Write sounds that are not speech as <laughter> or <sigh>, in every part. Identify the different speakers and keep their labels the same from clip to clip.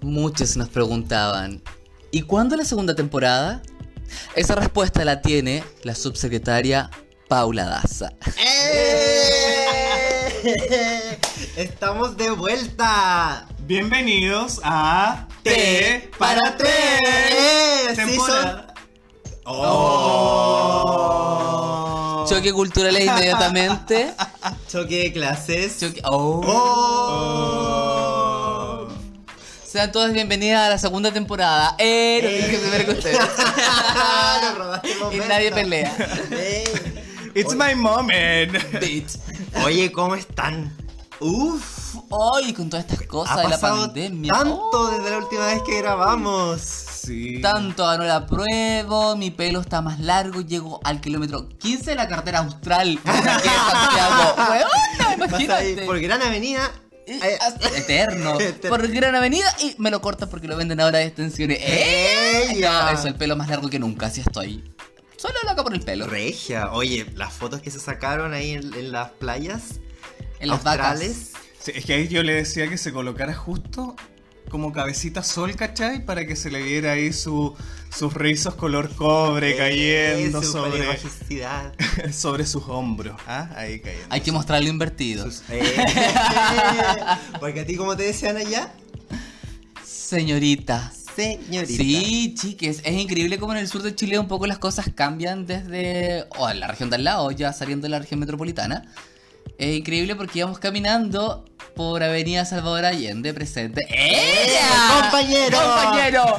Speaker 1: Muchos nos preguntaban, ¿y cuándo la segunda temporada? Esa respuesta la tiene la subsecretaria Paula Daza.
Speaker 2: ¡Eh! Estamos de vuelta.
Speaker 3: Bienvenidos a T para
Speaker 2: tres.
Speaker 3: tres. Temporada. Oh.
Speaker 1: Choque culturales inmediatamente.
Speaker 2: Choque de clases.
Speaker 1: Choque- oh.
Speaker 2: Oh.
Speaker 1: Sean todas bienvenidas a la segunda temporada. ¡Eh! Lo dije
Speaker 2: <laughs>
Speaker 1: primero que ustedes.
Speaker 2: Nos robaste el
Speaker 1: y
Speaker 2: momento.
Speaker 1: nadie pelea.
Speaker 2: Ey.
Speaker 3: It's my moment.
Speaker 1: Bitch.
Speaker 2: Oye, ¿cómo están? Uf,
Speaker 1: Hoy con todas estas cosas
Speaker 2: ha
Speaker 1: de la
Speaker 2: pasado
Speaker 1: pandemia. Oh.
Speaker 2: tanto desde la última vez que grabamos.
Speaker 3: Sí.
Speaker 1: Tanto, ahora la pruebo, mi pelo está más largo, llego al kilómetro 15 de la cartera austral. Aquí en Santiago. Weona,
Speaker 2: Vas ahí
Speaker 1: imagínate.
Speaker 2: por Gran Avenida. eh,
Speaker 1: Y
Speaker 2: Ay,
Speaker 1: hasta- Eterno.
Speaker 2: Eterno.
Speaker 1: Por Gran Avenida y me lo cortan porque lo venden ahora de extensiones. ¡Eh! No,
Speaker 2: ¡Ella!
Speaker 1: eso, el pelo más largo que nunca, así estoy. Solo loca por el pelo.
Speaker 2: Regia, oye, las fotos que se sacaron ahí en, en las playas
Speaker 1: En las vacas.
Speaker 2: australes.
Speaker 3: Sí, es que ahí yo le decía que se colocara justo como cabecita sol, ¿cachai? Para que se le viera ahí su- sus rizos color cobre cayendo
Speaker 2: Eh, su
Speaker 3: sobre,
Speaker 2: peligrosidad.
Speaker 3: <laughs> sobre sus hombros. Ah, ahí cayendo.
Speaker 1: Hay que mostrar lo invertido.
Speaker 2: Sus- eh, Porque a ti, como te decían allá,
Speaker 1: Señorita.
Speaker 2: señorita.
Speaker 1: Sí, chiques, es increíble como en el sur de Chile un poco las cosas cambian desde o en la región de al lado, ya saliendo de la región metropolitana. Es increíble porque íbamos caminando por Avenida Salvador Allende presente. ¡Ella!
Speaker 2: ¡Compañero!
Speaker 1: ¡Compañero!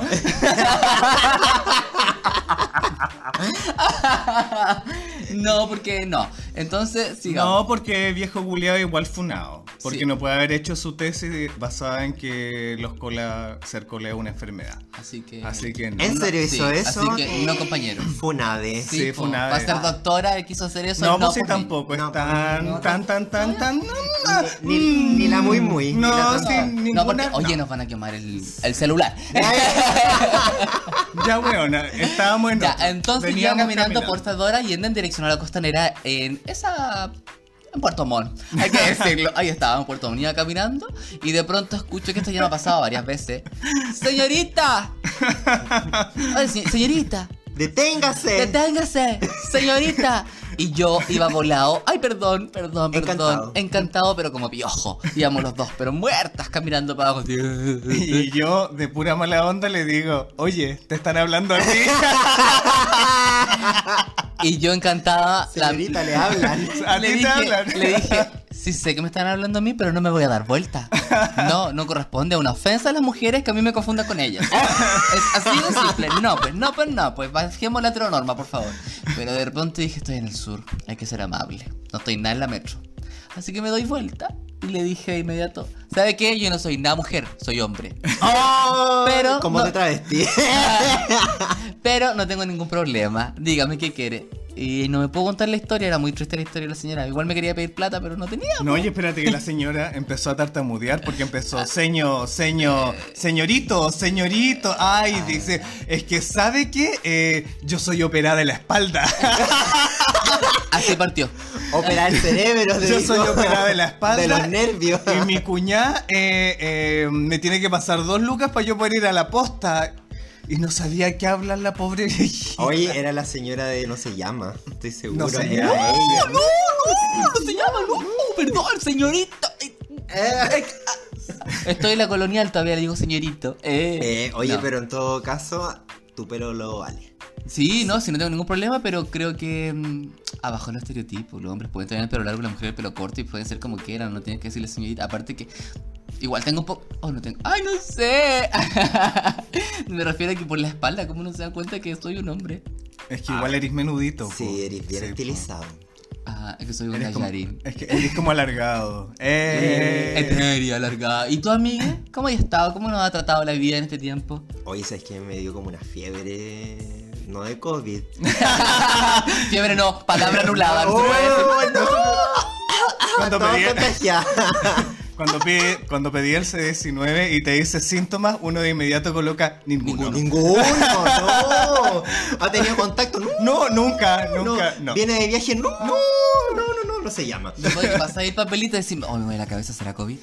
Speaker 1: no, porque no. Entonces, sigamos.
Speaker 3: No, porque viejo culiado igual funado. Porque
Speaker 1: Sí.
Speaker 3: no puede haber hecho su tesis basada en que los cola, ser cola es una enfermedad.
Speaker 1: Así que.
Speaker 3: Así que no.
Speaker 2: ¿En
Speaker 1: No,
Speaker 2: serio
Speaker 1: sí,
Speaker 2: hizo eso? Mm,
Speaker 1: así que no, compañero.
Speaker 2: Funade.
Speaker 1: Sí,
Speaker 3: Sí,
Speaker 1: po,
Speaker 3: fue una
Speaker 1: para
Speaker 3: vez.
Speaker 1: ser doctora quiso hacer eso.
Speaker 3: No,
Speaker 1: y no
Speaker 3: pues sí,
Speaker 1: por mí.
Speaker 3: tampoco.
Speaker 2: No,
Speaker 3: es tan,
Speaker 1: no,
Speaker 3: tan, tan, tan, tan. no, no.
Speaker 2: Ni, ni la muy muy. ni
Speaker 3: No,
Speaker 2: la
Speaker 3: sí,
Speaker 2: tan-
Speaker 3: sin
Speaker 1: No,
Speaker 3: ninguna-
Speaker 1: porque,
Speaker 3: no.
Speaker 1: oye, nos van a quemar el, el celular.
Speaker 3: Ya, weona, estábamos
Speaker 1: <laughs>
Speaker 3: en.
Speaker 1: ya,
Speaker 3: otra.
Speaker 1: entonces iba
Speaker 3: Veníamos
Speaker 1: caminando por Salvador y en dirección a la costanera en esa... En Puerto Montt, hay que decirlo. Ahí estaba, en Puerto Montt iba caminando y de pronto escucho que esto ya me ha pasado varias veces. ¡Señorita! Ay, se- ¡Señorita!
Speaker 2: ¡Deténgase!
Speaker 3: Eh.
Speaker 1: ¡Deténgase! ¡Señorita! Y yo iba volado. Ay, perdón, perdón, perdón.
Speaker 2: Encantado.
Speaker 1: Encantado, pero como piojo. Íbamos los dos, pero muertas caminando para abajo.
Speaker 3: Y yo, de pura mala onda, le digo, oye, te están hablando a ti.
Speaker 1: Y yo encantada. la-
Speaker 2: Señorita,
Speaker 1: <laughs>
Speaker 2: le hablan.
Speaker 3: A
Speaker 1: le,
Speaker 3: ti te hablan.
Speaker 1: dije, le dije, sí sé que me están hablando a mí, pero no me voy a dar vuelta. No, no corresponde a una ofensa a las mujeres que a mí me confundan con ellas. Es así de simple. No, pues, no, pues, no, pues, bajemos la heteronorma, por favor. Pero de repente dije, estoy en el sur, hay que ser amable. No estoy nada en la metro. Así que me doy vuelta y le dije de inmediato, ¿sabe qué? Yo no soy nada mujer, soy hombre.
Speaker 2: Oh,
Speaker 1: Pero
Speaker 2: Como
Speaker 1: no-
Speaker 2: te travestí.
Speaker 1: <laughs> Pero no tengo ningún problema. Dígame qué quiere. Y no me puedo contar la historia, era muy triste la historia de la señora. Igual me quería pedir plata, pero no tenía.
Speaker 3: <laughs> No, oye, espérate que la señora empezó a tartamudear porque empezó, seño, seño, señorito, señorito. Ay, dice, es que sabe que yo soy operada en la espalda. <laughs>
Speaker 1: Así Ah,
Speaker 2: <laughs>
Speaker 1: partió.
Speaker 2: Operar el cerebro. te
Speaker 3: Yo
Speaker 2: digo.
Speaker 3: soy operada de la espalda.
Speaker 2: De los nervios.
Speaker 3: Y mi cuñada eh, eh, me tiene que pasar dos lucas para yo poder ir a la posta. Y no sabía qué hablar la pobre viejita.
Speaker 2: Oye, era la señora de No se llama. Estoy seguro.
Speaker 3: No se
Speaker 2: era
Speaker 3: llama.
Speaker 2: ella.
Speaker 1: Oh, No, no, no se llama, no, perdón, señorita.
Speaker 2: Eh,
Speaker 1: Estoy en la colonial, todavía le digo señorito. Eh,
Speaker 2: eh, oye,
Speaker 1: no.
Speaker 2: pero en todo caso, tu pelo lo vale.
Speaker 1: Sí, no, sí, no tengo ningún problema, pero creo que mm, abajo los estereotipos. Los hombres pueden tener el pelo largo, las mujeres el pelo corto y pueden ser como quieran, no tienes que decirle señorita. Aparte que igual tengo un poco... Oh, no tengo... ¡Ay, no sé! <laughs> Me refiero a que por la espalda, ¿cómo no se da cuenta que soy un hombre?
Speaker 3: Es que igual eres menudito. po.
Speaker 2: ah, Sí, eres bien
Speaker 3: pues. Sí, po.
Speaker 2: estilizado.
Speaker 1: Ah, es que soy un
Speaker 3: Eres como,
Speaker 1: gallarín.
Speaker 3: es que eres como alargado. Eh.
Speaker 1: Etérea, alargada. ¿Y tu amiga? ¿Cómo has estado? ¿Cómo nos ha tratado la vida en este tiempo? <laughs>
Speaker 2: Oye, ¿sabes que Me dio como una fiebre. No
Speaker 3: <laughs>
Speaker 2: de COVID.
Speaker 1: Fiebre no, palabra anulada. no se puede decir.
Speaker 2: Oh, no,
Speaker 3: Cuando
Speaker 2: Estaba
Speaker 3: pedí,
Speaker 2: contagiada.
Speaker 3: cuando, pedí, cuando pedí el C19 y te dice síntomas, uno de inmediato coloca <laughs> ninguno.
Speaker 2: <laughs> Ninguno, no. ¿Ha tenido contacto?
Speaker 3: No,
Speaker 2: No,
Speaker 3: nunca, nunca, no.
Speaker 2: ¿Viene de viaje? No.
Speaker 3: No, no, no,
Speaker 2: Pablo se llama.
Speaker 1: Después que pasa ahí el papelito y decimos, oh, me duele la cabeza, ¿será COVID?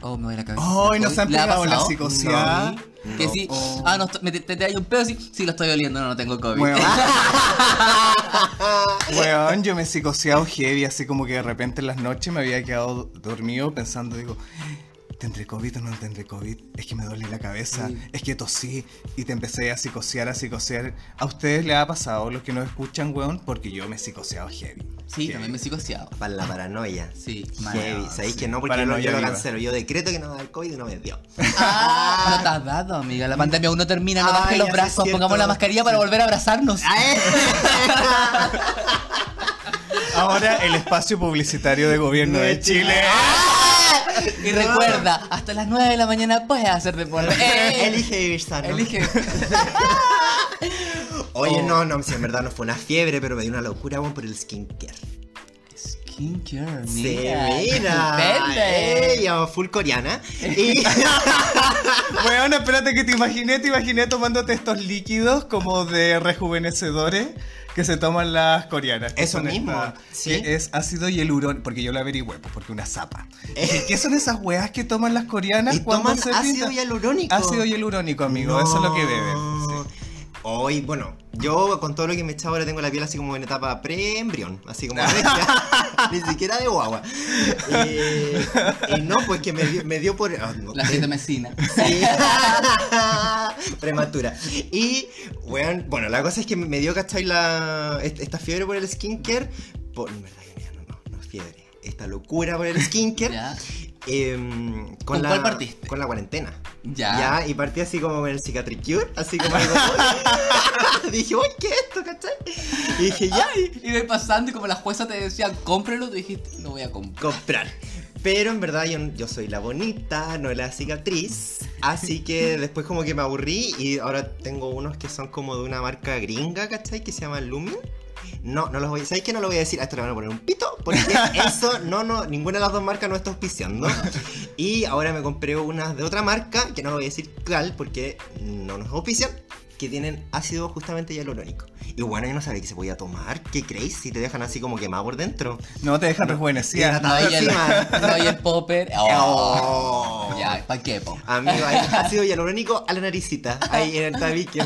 Speaker 1: Oh, me duele la cabeza. ¿será
Speaker 3: Ay, nos han
Speaker 1: COVID? ¿Le ha
Speaker 3: pegado la
Speaker 1: pasado?
Speaker 3: psicosis.
Speaker 1: No. Que sí,
Speaker 3: Oh.
Speaker 1: ah, no, estoy- me- te, te, hay un pedo sí, sí lo estoy oliendo, no, no tengo COVID. <laughs>
Speaker 3: Weón. Weón, yo me he psicoseado heavy, así como que de repente en las noches me había quedado dormido pensando, digo, ¿tendré COVID o no tendré COVID? Es que me duele la cabeza, es que tosí y te empecé a psicosear, a psicosear. ¿A ustedes les ha pasado, los que no escuchan, weón? Porque yo me he psicoseado heavy.
Speaker 1: Sí,
Speaker 3: Heavy.
Speaker 1: también me sigo asiado.
Speaker 2: Para la paranoia.
Speaker 1: Sí,
Speaker 2: Heavy.
Speaker 1: mal.
Speaker 2: ¿Sabéis
Speaker 3: sí.
Speaker 2: que no? Porque
Speaker 3: Paranoia
Speaker 2: yo lo
Speaker 3: viva.
Speaker 2: cancelo. Yo decreto que no va a dar COVID y no me dio.
Speaker 1: Ah, no te has dado, amiga. La pandemia aún no termina. No
Speaker 2: Ay,
Speaker 1: bajes los
Speaker 2: ya sí es
Speaker 1: brazos.
Speaker 2: cierto.
Speaker 1: Pongamos la mascarilla para volver a abrazarnos.
Speaker 3: Ahora el espacio publicitario de gobierno de Chile.
Speaker 1: Y recuerda, hasta las 9 de la mañana puedes hacer
Speaker 2: <laughs>
Speaker 1: deporte. ¡Eh!
Speaker 2: Elige vivir sano.
Speaker 1: Elige.
Speaker 2: Oye,
Speaker 1: Oh.
Speaker 2: no, no, si en verdad no fue una fiebre, pero me dio una locura, weón, por el skincare.
Speaker 1: Skincare,
Speaker 2: Sí,
Speaker 1: mira.
Speaker 2: mira.
Speaker 1: Vende.
Speaker 2: Ella, full coreana. Y <laughs>
Speaker 3: Weón, espérate que te imaginé, te imaginé tomándote estos líquidos como de rejuvenecedores que se toman las coreanas. que
Speaker 2: Eso
Speaker 3: son
Speaker 2: mismo, sí.
Speaker 3: que es ácido hialurón, porque yo lo averigüé, pues, porque una zapa. Dije, ¿Qué son esas weas que toman las coreanas
Speaker 2: Eh. Y
Speaker 3: cuando
Speaker 2: toman
Speaker 3: se
Speaker 2: ácido
Speaker 3: pintan?
Speaker 2: hialurónico.
Speaker 3: Ácido hialurónico, amigo, eso es lo que beben. sí.
Speaker 2: Hoy, bueno, yo con todo lo que me he echado ahora tengo la piel así como en etapa pre-embrión,
Speaker 3: <laughs>
Speaker 2: así como fresca, ni siquiera de guagua. Eh, y no, pues que me dio, me dio por... ah, no,
Speaker 1: La gente mesina.
Speaker 2: <laughs> Sí. Prematura. Y, weón, bueno, la cosa es que me dio, ¿cachai? La, est- esta fiebre por el skincare. Por, en verdad, que mira, no, no, no es fiebre. Esta
Speaker 1: <laughs>
Speaker 2: locura por el skincare.
Speaker 1: Ya.
Speaker 2: em, con
Speaker 1: ¿Con
Speaker 2: la,
Speaker 1: cuál partiste?
Speaker 2: Con la cuarentena.
Speaker 1: Ya.
Speaker 2: y partí así como con el Cicatricure, así como algo- <laughs> Dije, uy, ¿qué es esto, cachai? Y dije, ya, y
Speaker 1: Y voy pasando y como la jueza te decía, cómprelo, tú dijiste, no voy a comprar.
Speaker 2: comprar. Pero en verdad yo, yo soy la bonita, no la cicatriz. Así que después como que me aburrí y ahora tengo unos que son como de una marca gringa, ¿cachai? Que se llama Lumin. No, no los voy a... ¿Sabéis que no lo voy a decir? A esto le van a poner un pito porque eso, no, no, ninguna de las dos marcas no está auspiciando. Y ahora me compré unas de otra marca, que no voy a decir cuál porque no nos auspician, que tienen ácido justamente hialurónico. Y bueno, yo no sabía que se podía tomar, ¿qué creéis? Si te dejan así como quemado por dentro.
Speaker 3: No te dejan rejuvenecida.
Speaker 2: Hidratado.
Speaker 1: No, y el,
Speaker 2: encima.
Speaker 1: <laughs> no, y el
Speaker 2: <laughs>
Speaker 1: popper. Oh.
Speaker 2: Oh.
Speaker 1: Ya, ¿para qué, po?
Speaker 2: Amigo, hay ácido hialurónico a la naricita. Ahí en el tabique.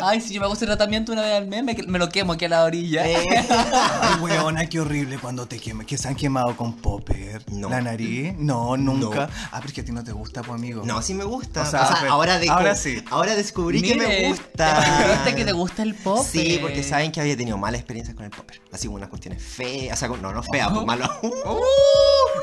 Speaker 1: Ay, si yo me hago ese tratamiento una vez al mes, me, me lo quemo aquí a la orilla.
Speaker 2: Eh,
Speaker 3: Ay, weona, qué horrible cuando te queman, que se han quemado con popper.
Speaker 2: No.
Speaker 3: La nariz. No, nunca.
Speaker 2: No.
Speaker 3: Ah, pero es que a ti no te gusta, pues, amigo.
Speaker 2: no, sí me gusta.
Speaker 3: O
Speaker 2: O
Speaker 3: sea,
Speaker 2: sea,
Speaker 3: pero-
Speaker 2: ahora, descu-
Speaker 3: ahora sí.
Speaker 2: ahora descubrí que me
Speaker 1: Mire,
Speaker 2: gusta.
Speaker 1: Descubriste que te gusta el popper.
Speaker 2: Sí, porque saben que había tenido malas experiencias con el popper. Así como unas cuestiones feas. O sea, con- no, no feas, pues malo.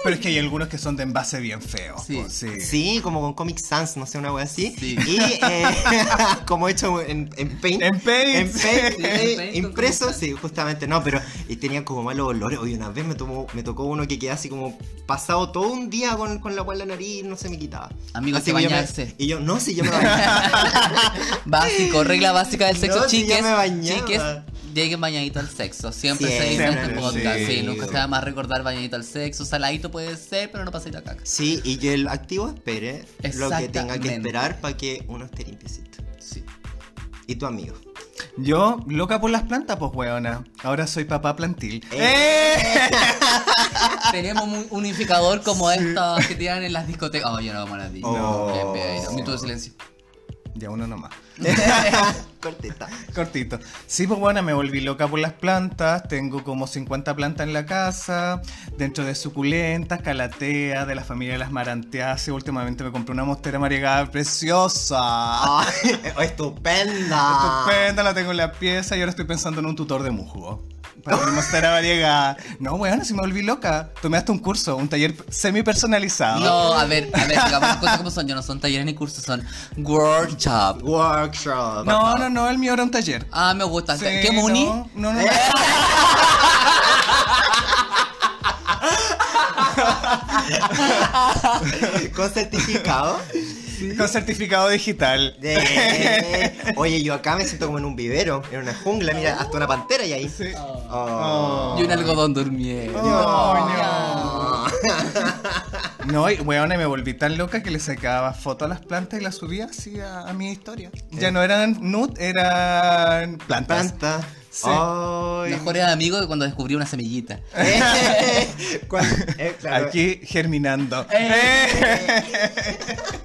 Speaker 3: Pero es que hay algunos que son de envase bien feo.
Speaker 1: Sí.
Speaker 3: pues, sí.
Speaker 2: Sí, como con Comic Sans, no sé, una wea así.
Speaker 1: Sí.
Speaker 2: Y eh, <laughs> como hecho en, en Paint.
Speaker 3: En Paint.
Speaker 2: En Paint,
Speaker 1: Sí,
Speaker 2: eh,
Speaker 1: en Paint con
Speaker 2: impreso,
Speaker 1: Comic Sans.
Speaker 2: sí, justamente. No, pero eh, tenía como malos olores. Hoy una vez me, tomó, me tocó uno que quedaba así como pasado todo un día con, con la agua en la nariz, no se me quitaba.
Speaker 1: Amigo, hay
Speaker 2: así
Speaker 1: que
Speaker 2: yo me-
Speaker 1: bañarse.
Speaker 2: y yo, no, si yo
Speaker 1: <laughs>
Speaker 2: me bañaba.
Speaker 1: Básico, regla básica del sexo,
Speaker 2: No, si
Speaker 1: chiques.
Speaker 2: ya me bañaba.
Speaker 1: Chiques, lleguen bañadito al sexo. Siempre se dice en
Speaker 3: Siempre,
Speaker 1: este podcast. Sí,
Speaker 3: sí.
Speaker 1: nunca está de más recordar bañadito al sexo. Saladito puede ser, pero no pasadito a caca.
Speaker 2: sí, y que el activo espere lo que tenga que
Speaker 1: Exactamente.
Speaker 2: esperar para que uno esté limpiecito.
Speaker 1: Sí.
Speaker 2: Y tu amigo.
Speaker 3: Yo, loca por las plantas, pues weona. Ahora soy papá plantil.
Speaker 1: Eh. Tenemos un unificador como estos que tiran en las discotecas. Oh, yo no vamos a las discotecas.
Speaker 2: Oh.
Speaker 1: Bien, bien. Un minuto de silencio.
Speaker 3: Ya uno nomás.
Speaker 2: Eh. <laughs> Corteta.
Speaker 3: Cortito. Sí, pues bueno, me volví loca por las plantas. Tengo como 50 plantas en la casa. Dentro de suculentas, calatea, de la familia de las maranteáceas. Últimamente me compré una mostera variegada preciosa.
Speaker 2: Ay, estupenda.
Speaker 3: Estupenda, la tengo en la pieza y ahora estoy pensando en un tutor de musgo. Para mi mostera variegada. No, weona, si me volví loca. Tomé hasta un curso, un taller semi personalizado.
Speaker 1: No, a ver, a ver, digamos las cosas como son. Yo no son talleres ni cursos, son workshop.
Speaker 2: Workshop.
Speaker 3: No, no, no, el mío era un taller.
Speaker 1: Ah, me gusta.
Speaker 3: Sí,
Speaker 1: ¿Qué muni?
Speaker 3: No,
Speaker 1: <laughs>
Speaker 3: no, no.
Speaker 2: Con certificado.
Speaker 3: Con certificado digital.
Speaker 2: De- Oye, yo acá me siento como en un vivero, en una jungla, mira, hasta una pantera y ahí.
Speaker 3: Sí.
Speaker 2: Oh.
Speaker 1: Y un algodón durmiendo.
Speaker 3: Oh, no. No, y weona, me volví tan loca que le sacaba fotos a las plantas y las
Speaker 1: Eh.
Speaker 3: subía así a, a mi historia. Ya no eran nude, eran plantas.
Speaker 2: Planta.
Speaker 3: Sí.
Speaker 2: Ay,
Speaker 1: Mejor era amigo que cuando descubrí una semillita.
Speaker 2: <laughs> ¿Cuál? Eh, claro.
Speaker 3: Aquí germinando.
Speaker 1: Eh,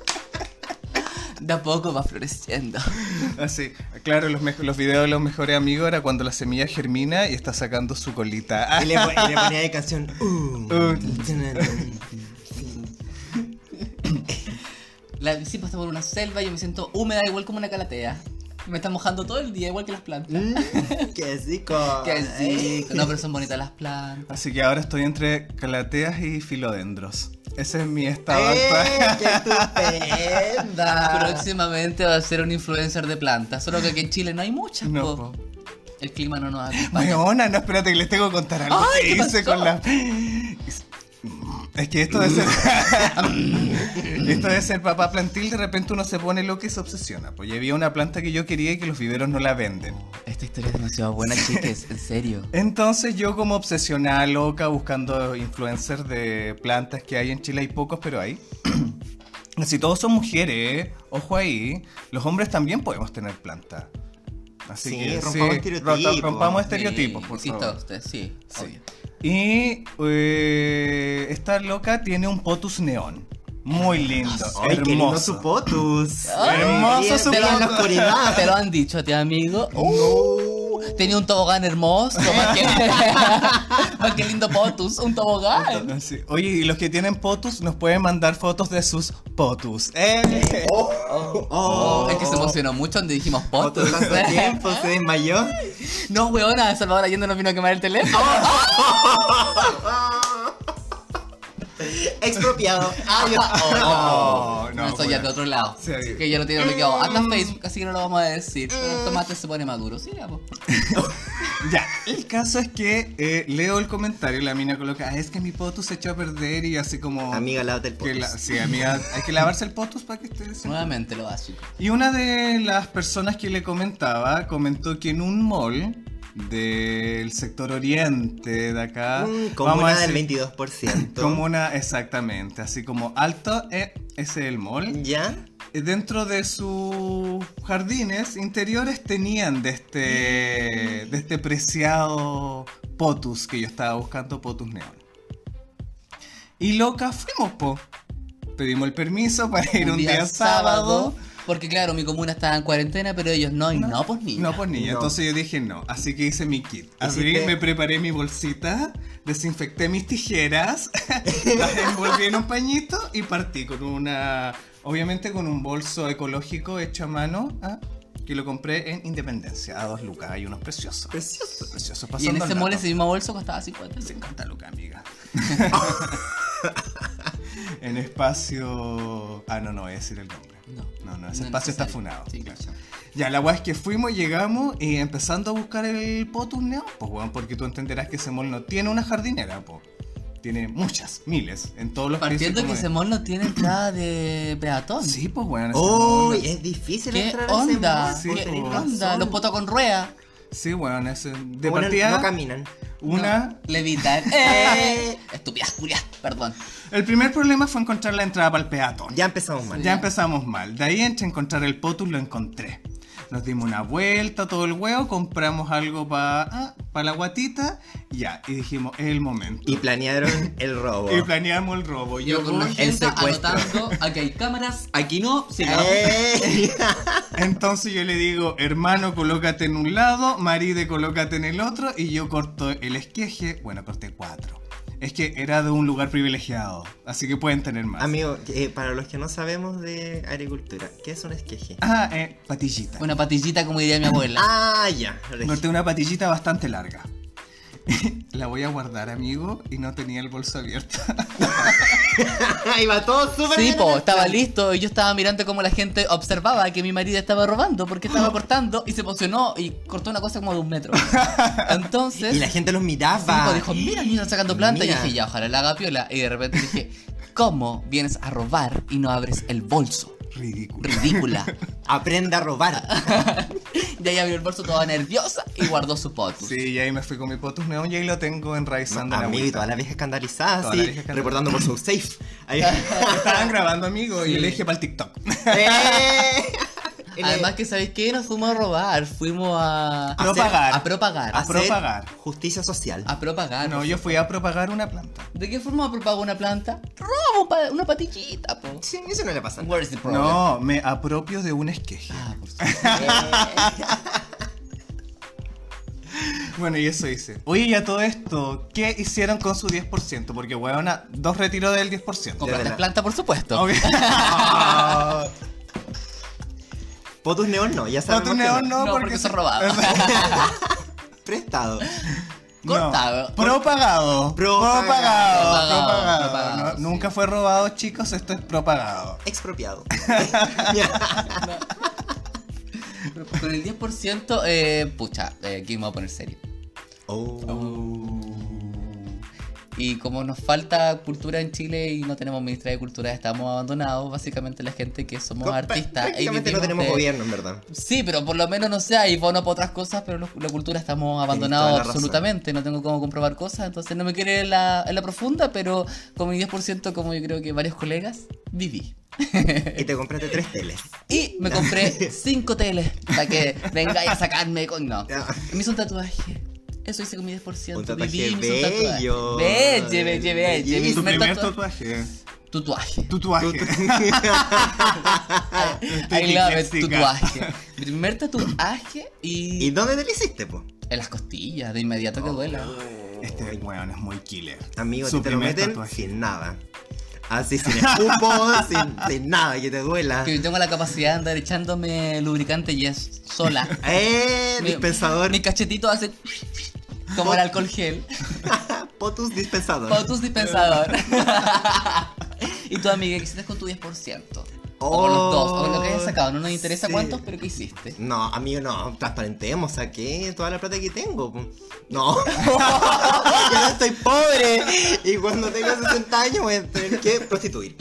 Speaker 1: <laughs> De a poco va floreciendo.
Speaker 3: <laughs> Así, claro, los, mejo- los videos de los mejores amigos era cuando la semilla germina y está sacando su colita. Ah,
Speaker 2: Y le, po- y le ponía de
Speaker 1: <laughs>
Speaker 2: canción. uh,
Speaker 3: Uh.
Speaker 1: La sí, pasa por una selva, yo me siento húmeda igual como una calatea. Me está mojando todo el día, igual que las plantas.
Speaker 2: Mm, ¡Qué rico!
Speaker 1: <laughs>
Speaker 2: Eh.
Speaker 1: Que sí. No, pero son bonitas las plantas.
Speaker 3: Así que ahora estoy entre calateas y filodendros. Ese es mi estado
Speaker 2: ¡Eh,
Speaker 3: actual. <laughs>
Speaker 2: ¡Qué estupenda!
Speaker 1: Próximamente va a ser un influencer de plantas. Solo que aquí en Chile no hay muchas.
Speaker 3: No,
Speaker 1: po.
Speaker 3: po.
Speaker 1: El clima no
Speaker 3: <laughs>
Speaker 1: nos acompaña.
Speaker 3: Weona, no, espérate que les tengo que contar algo
Speaker 1: Ay,
Speaker 3: que
Speaker 1: ¿qué
Speaker 3: hice
Speaker 1: pasó?
Speaker 3: con la... Es que esto de ser... <laughs> esto de ser papá plantil, de repente uno se pone loco y se obsesiona. Pues y había una planta que yo quería y que los viveros no la venden.
Speaker 1: Esta historia es demasiado buena, chiques, en serio.
Speaker 3: Entonces yo como obsesionada loca buscando influencers de plantas que hay en Chile, hay pocos, pero hay. <clears throat> Si todos son mujeres, ojo ahí, los hombres también podemos tener plantas. Así
Speaker 2: Sí,
Speaker 3: que
Speaker 2: rompamos estereotipos.
Speaker 3: rompamos estereotipos,
Speaker 1: Sí,
Speaker 3: por
Speaker 1: insisto,
Speaker 3: favor.
Speaker 1: usted, sí,
Speaker 3: Sí.
Speaker 1: obvio.
Speaker 3: Y eh, esta loca tiene un potus neón. Muy lindo.
Speaker 2: Ah, ¡Ay, qué lindo
Speaker 3: hermoso.
Speaker 2: su potus!
Speaker 1: Ay,
Speaker 3: Hermoso su Oh.
Speaker 2: Te lo- en la
Speaker 3: potus.
Speaker 2: oscuridad.
Speaker 1: Te lo han dicho a ti, amigo.
Speaker 2: Uh,
Speaker 1: Tenía un tobogán hermoso. Más que, <laughs> más que lindo potus, un tobogán.
Speaker 3: Así. Oye, y los que tienen potus nos pueden mandar fotos de sus potus. ¡Eh!
Speaker 2: oh,
Speaker 1: Oh, es que se emocionó mucho donde dijimos
Speaker 2: Otro
Speaker 1: potus. <laughs>
Speaker 2: tanto tiempo se desmayó.
Speaker 1: No, weona, Salvador Allende nos vino a quemar el teléfono.
Speaker 2: Expropiado. Ah, Ay, yo-
Speaker 3: Oh,
Speaker 1: no,
Speaker 3: no,
Speaker 1: eso ya
Speaker 3: bueno.
Speaker 1: de otro lado.
Speaker 3: Sí.
Speaker 1: Así que ya lo tiene
Speaker 2: Mm.
Speaker 1: bloqueado. Acá en Facebook, así que no lo vamos a decir. Pero el tomate se pone maduro. pues, Sigamos.
Speaker 3: Ya, el caso es que eh, leo el comentario y la mina coloca, "Ah, es que mi potus se echó a perder y así como...
Speaker 2: Amiga, lávate el
Speaker 3: que
Speaker 2: potus.
Speaker 3: la, Sí, amiga, hay que lavarse el potus para que esté... siempre-
Speaker 1: Nuevamente lo básico.
Speaker 3: Y una de las personas que le comentaba comentó que en un mall del sector oriente de acá... vamos a
Speaker 2: Mm, comuna del
Speaker 3: decir-
Speaker 2: 22%.
Speaker 3: Comuna, exactamente, así como alto, eh, ese es el mall.
Speaker 2: ¿Ya?
Speaker 3: Eh, Dentro de sus jardines interiores tenían de este, de este preciado Potus que yo estaba buscando, Potus Neón. Y loca fuimos, po. Pedimos el permiso para ir un, día, sábado.
Speaker 1: Porque claro, mi comuna estaba en cuarentena, pero ellos no, y no, pues ni.
Speaker 3: No, pues niña.
Speaker 2: No.
Speaker 3: Entonces yo dije no. Así que hice mi kit. Abrí,
Speaker 2: Hiciste-
Speaker 3: me preparé mi bolsita, desinfecté mis tijeras, <laughs> las envolví en un pañito y partí con una. Obviamente con un bolso ecológico hecho a mano. ah, Que lo compré en Independencia, a dos lucas, hay unos preciosos.
Speaker 2: Precioso.
Speaker 3: Preciosos,
Speaker 1: y en
Speaker 3: pasando
Speaker 1: ese
Speaker 3: al
Speaker 1: mole,
Speaker 3: dato.
Speaker 1: ese mismo bolso costaba 50.
Speaker 3: 50 lucas, amiga. <laughs> en espacio. Ah, no, no voy a decir el nombre.
Speaker 1: No.
Speaker 3: No, no,
Speaker 1: No
Speaker 3: ese
Speaker 1: es
Speaker 3: espacio está
Speaker 1: necesario.
Speaker 3: funado.
Speaker 1: Sí,
Speaker 3: Claro.
Speaker 1: claro.
Speaker 3: Ya, la weá es que fuimos, llegamos y empezando a buscar el potus neón, pues weón, porque tú entenderás que ese mall no tiene una jardinera, po. Tiene muchas, miles, en todos los
Speaker 1: Partiendo que
Speaker 3: países.
Speaker 1: ese
Speaker 3: como
Speaker 1: mall no tiene
Speaker 3: <coughs>
Speaker 1: entrada de peatón.
Speaker 3: de- Sí, pues weón. ese
Speaker 2: Oh,
Speaker 3: mall-
Speaker 2: es difícil
Speaker 1: ¿Qué
Speaker 2: entrar
Speaker 1: onda?
Speaker 2: a ese
Speaker 3: mall,
Speaker 1: ¿Qué
Speaker 3: sí,
Speaker 2: tenéis
Speaker 3: po.
Speaker 1: onda?
Speaker 2: razón.
Speaker 1: Los potos con rueda.
Speaker 3: Sí, weón, ese. De
Speaker 2: Uno
Speaker 3: partida,
Speaker 2: no caminan.
Speaker 3: una.
Speaker 1: No,
Speaker 2: <laughs>
Speaker 1: levitan. ¡Eh! Estúpidas culias, perdón.
Speaker 3: El primer problema fue encontrar la entrada para el peatón.
Speaker 2: Ya empezamos
Speaker 1: pues,
Speaker 2: mal.
Speaker 3: Ya empezamos mal. De ahí entre encontrar el potus lo encontré. Nos dimos una vuelta, todo el huevo, compramos algo para la guatita, ya, y dijimos, es el momento.
Speaker 2: Y planearon el robo.
Speaker 3: Y planeamos el robo.
Speaker 1: Yo con la
Speaker 2: el
Speaker 1: gente
Speaker 2: secuestro.
Speaker 1: anotando, aquí hay cámaras, aquí no, sigamos.
Speaker 2: ¡Eh!
Speaker 3: Entonces yo le digo, hermano, colócate en un lado, maride, colócate en el otro, y yo corto el esqueje, bueno, corté cuatro. Es que era de un lugar privilegiado, así que pueden tener más.
Speaker 2: Amigo, eh, para los que no sabemos de agricultura, ¿qué es un esqueje?
Speaker 3: Ah, eh, patillita.
Speaker 1: Una patillita, como diría mi abuela.
Speaker 2: Ah, ya. <laughs>
Speaker 3: Corté una patillita bastante larga. <laughs> La voy a guardar, amigo, y no tenía el bolso abierto. <laughs>
Speaker 2: Iba todo súper
Speaker 1: Sí,
Speaker 2: bien.
Speaker 1: po, estaba listo y yo estaba mirando cómo la gente observaba que mi marido estaba robando porque estaba cortando y se emocionó y cortó una cosa como de un metro. Entonces,
Speaker 2: Y la gente los
Speaker 1: sí, po,
Speaker 2: miraba.
Speaker 1: dijo, mira, niño sacando planta.
Speaker 2: Mira.
Speaker 1: Y dije, ya, ojalá la haga piola. Y de repente dije, ¿cómo vienes a robar y no abres el bolso?
Speaker 3: Ridículo.
Speaker 1: Ridícula.
Speaker 2: Aprenda a robar.
Speaker 1: Y ahí abrió el bolso toda nerviosa y guardó su potus.
Speaker 3: Sí, y ahí me fui con mi potus neón y ahí lo tengo enraizando en la
Speaker 2: Amigo, y
Speaker 3: agüita.
Speaker 2: todas las viejas escandalizadas,
Speaker 3: Todas
Speaker 2: sí,
Speaker 3: las viejas escandalizadas.
Speaker 2: reportando por su safe. Ahí. Eh.
Speaker 3: Estaban grabando, amigo, y
Speaker 1: Sí.
Speaker 3: <laughs> yo le dije para el TikTok.
Speaker 2: ¡Eh! el-
Speaker 1: Además que, ¿sabéis qué? Nos fuimos a robar, fuimos a...
Speaker 3: A propagar.
Speaker 1: A propagar. Ah.
Speaker 3: A propagar.
Speaker 2: Justicia social.
Speaker 1: A propagar.
Speaker 3: No, yo fui a propagar una planta.
Speaker 1: ¿De qué forma propago una planta? Robo un pa- una patillita, po.
Speaker 2: Sí, eso no le pasa.
Speaker 1: Where is the problem?
Speaker 3: No, me apropio de
Speaker 1: <laughs>
Speaker 3: un esqueje.
Speaker 1: Ah, por supuesto.
Speaker 3: Bueno, y eso hice. Oye, y a todo esto, ¿qué hicieron con su 10%? Porque, weona, dos retiros del 10%.
Speaker 2: Ya,
Speaker 1: Compraste
Speaker 2: ya, ya.
Speaker 1: planta, por supuesto. <laughs>
Speaker 3: Ok.
Speaker 2: Ah. Potus Neón no, ya
Speaker 3: No,
Speaker 2: sabemos
Speaker 3: tu neón
Speaker 2: que
Speaker 1: No,
Speaker 3: no,
Speaker 1: porque
Speaker 3: porque
Speaker 1: se robaba.
Speaker 2: Prestado.
Speaker 3: No.
Speaker 1: Cortado.
Speaker 3: Propagado. Propagado.
Speaker 2: Propagado.
Speaker 3: Propagado.
Speaker 1: Propagado,
Speaker 3: No,
Speaker 1: sí.
Speaker 3: Nunca fue robado, chicos. Esto es propagado.
Speaker 1: <laughs>
Speaker 2: Expropiado. <laughs>
Speaker 1: Pero <laughs> Con el 10%, eh, pucha, eh, aquí me voy a poner serio.
Speaker 2: Oh.
Speaker 1: Y como nos falta cultura en Chile y no tenemos ministra de cultura, estamos abandonados. Básicamente la gente que somos
Speaker 2: Com-
Speaker 1: artistas. y
Speaker 2: Prácticamente no
Speaker 1: vivimos
Speaker 2: tenemos
Speaker 1: de-
Speaker 2: gobierno, en verdad.
Speaker 1: Sí, pero por lo menos no sé, hay bono para otras cosas, pero los- la cultura estamos abandonados
Speaker 2: toda la razón.
Speaker 1: absolutamente, no tengo cómo comprobar cosas, entonces no me quiero ir en la, en la profunda, pero con mi 10%, como yo creo que varios colegas, viví.
Speaker 2: Y te compraste
Speaker 1: <laughs>
Speaker 2: tres teles.
Speaker 1: Y me
Speaker 2: <laughs>
Speaker 1: compré cinco teles para que vengáis a sacarme con no.
Speaker 2: Ya.
Speaker 1: Me hice un tatuaje. Eso hice con mi 10%.
Speaker 2: Un tatuaje
Speaker 1: Viví, me hice un
Speaker 2: bello.
Speaker 1: Bello, bello, bello. Mi
Speaker 2: Bellísimo.
Speaker 3: Tu
Speaker 1: primer
Speaker 3: primer
Speaker 1: tatua-
Speaker 3: tatuaje.
Speaker 1: tatuaje.
Speaker 3: <laughs> Tatuaje.
Speaker 1: I love it,
Speaker 3: disléxica.
Speaker 1: tatuaje. Mi
Speaker 2: <laughs>
Speaker 1: primer tatuaje
Speaker 2: ¿Y Oh,
Speaker 1: y
Speaker 2: dónde te lo hiciste, po?
Speaker 1: en las costillas, de inmediato que duela.
Speaker 3: Este weón es muy killer.
Speaker 2: Amigo,
Speaker 3: Su
Speaker 2: te lo
Speaker 3: primer
Speaker 2: meten
Speaker 3: tatuaje.
Speaker 2: sin nada. Así, sin escupo, <laughs> sin, sin nada, que te duela.
Speaker 1: Que yo tengo la capacidad de andar echándome lubricante y es
Speaker 2: <laughs>
Speaker 1: sola.
Speaker 2: ¡Eh!
Speaker 1: Mi-
Speaker 2: Dispensador.
Speaker 1: Mis cachetitos hacen como el alcohol gel.
Speaker 2: Potus dispensador.
Speaker 1: Potus
Speaker 2: <laughs>
Speaker 1: dispensador. y tu amiga, ¿qué hiciste con tu 10%? o con los dos, o con lo que hayas sacado. No nos interesa
Speaker 2: Oh, Sí.
Speaker 1: cuántos, pero ¿qué hiciste?
Speaker 2: No, amigo, no, transparentemos, saqué toda la plata que tengo. po.
Speaker 1: <laughs>
Speaker 2: No, <laughs> yo no estoy pobre. Y cuando tenga 60 años voy a tener que prostituir.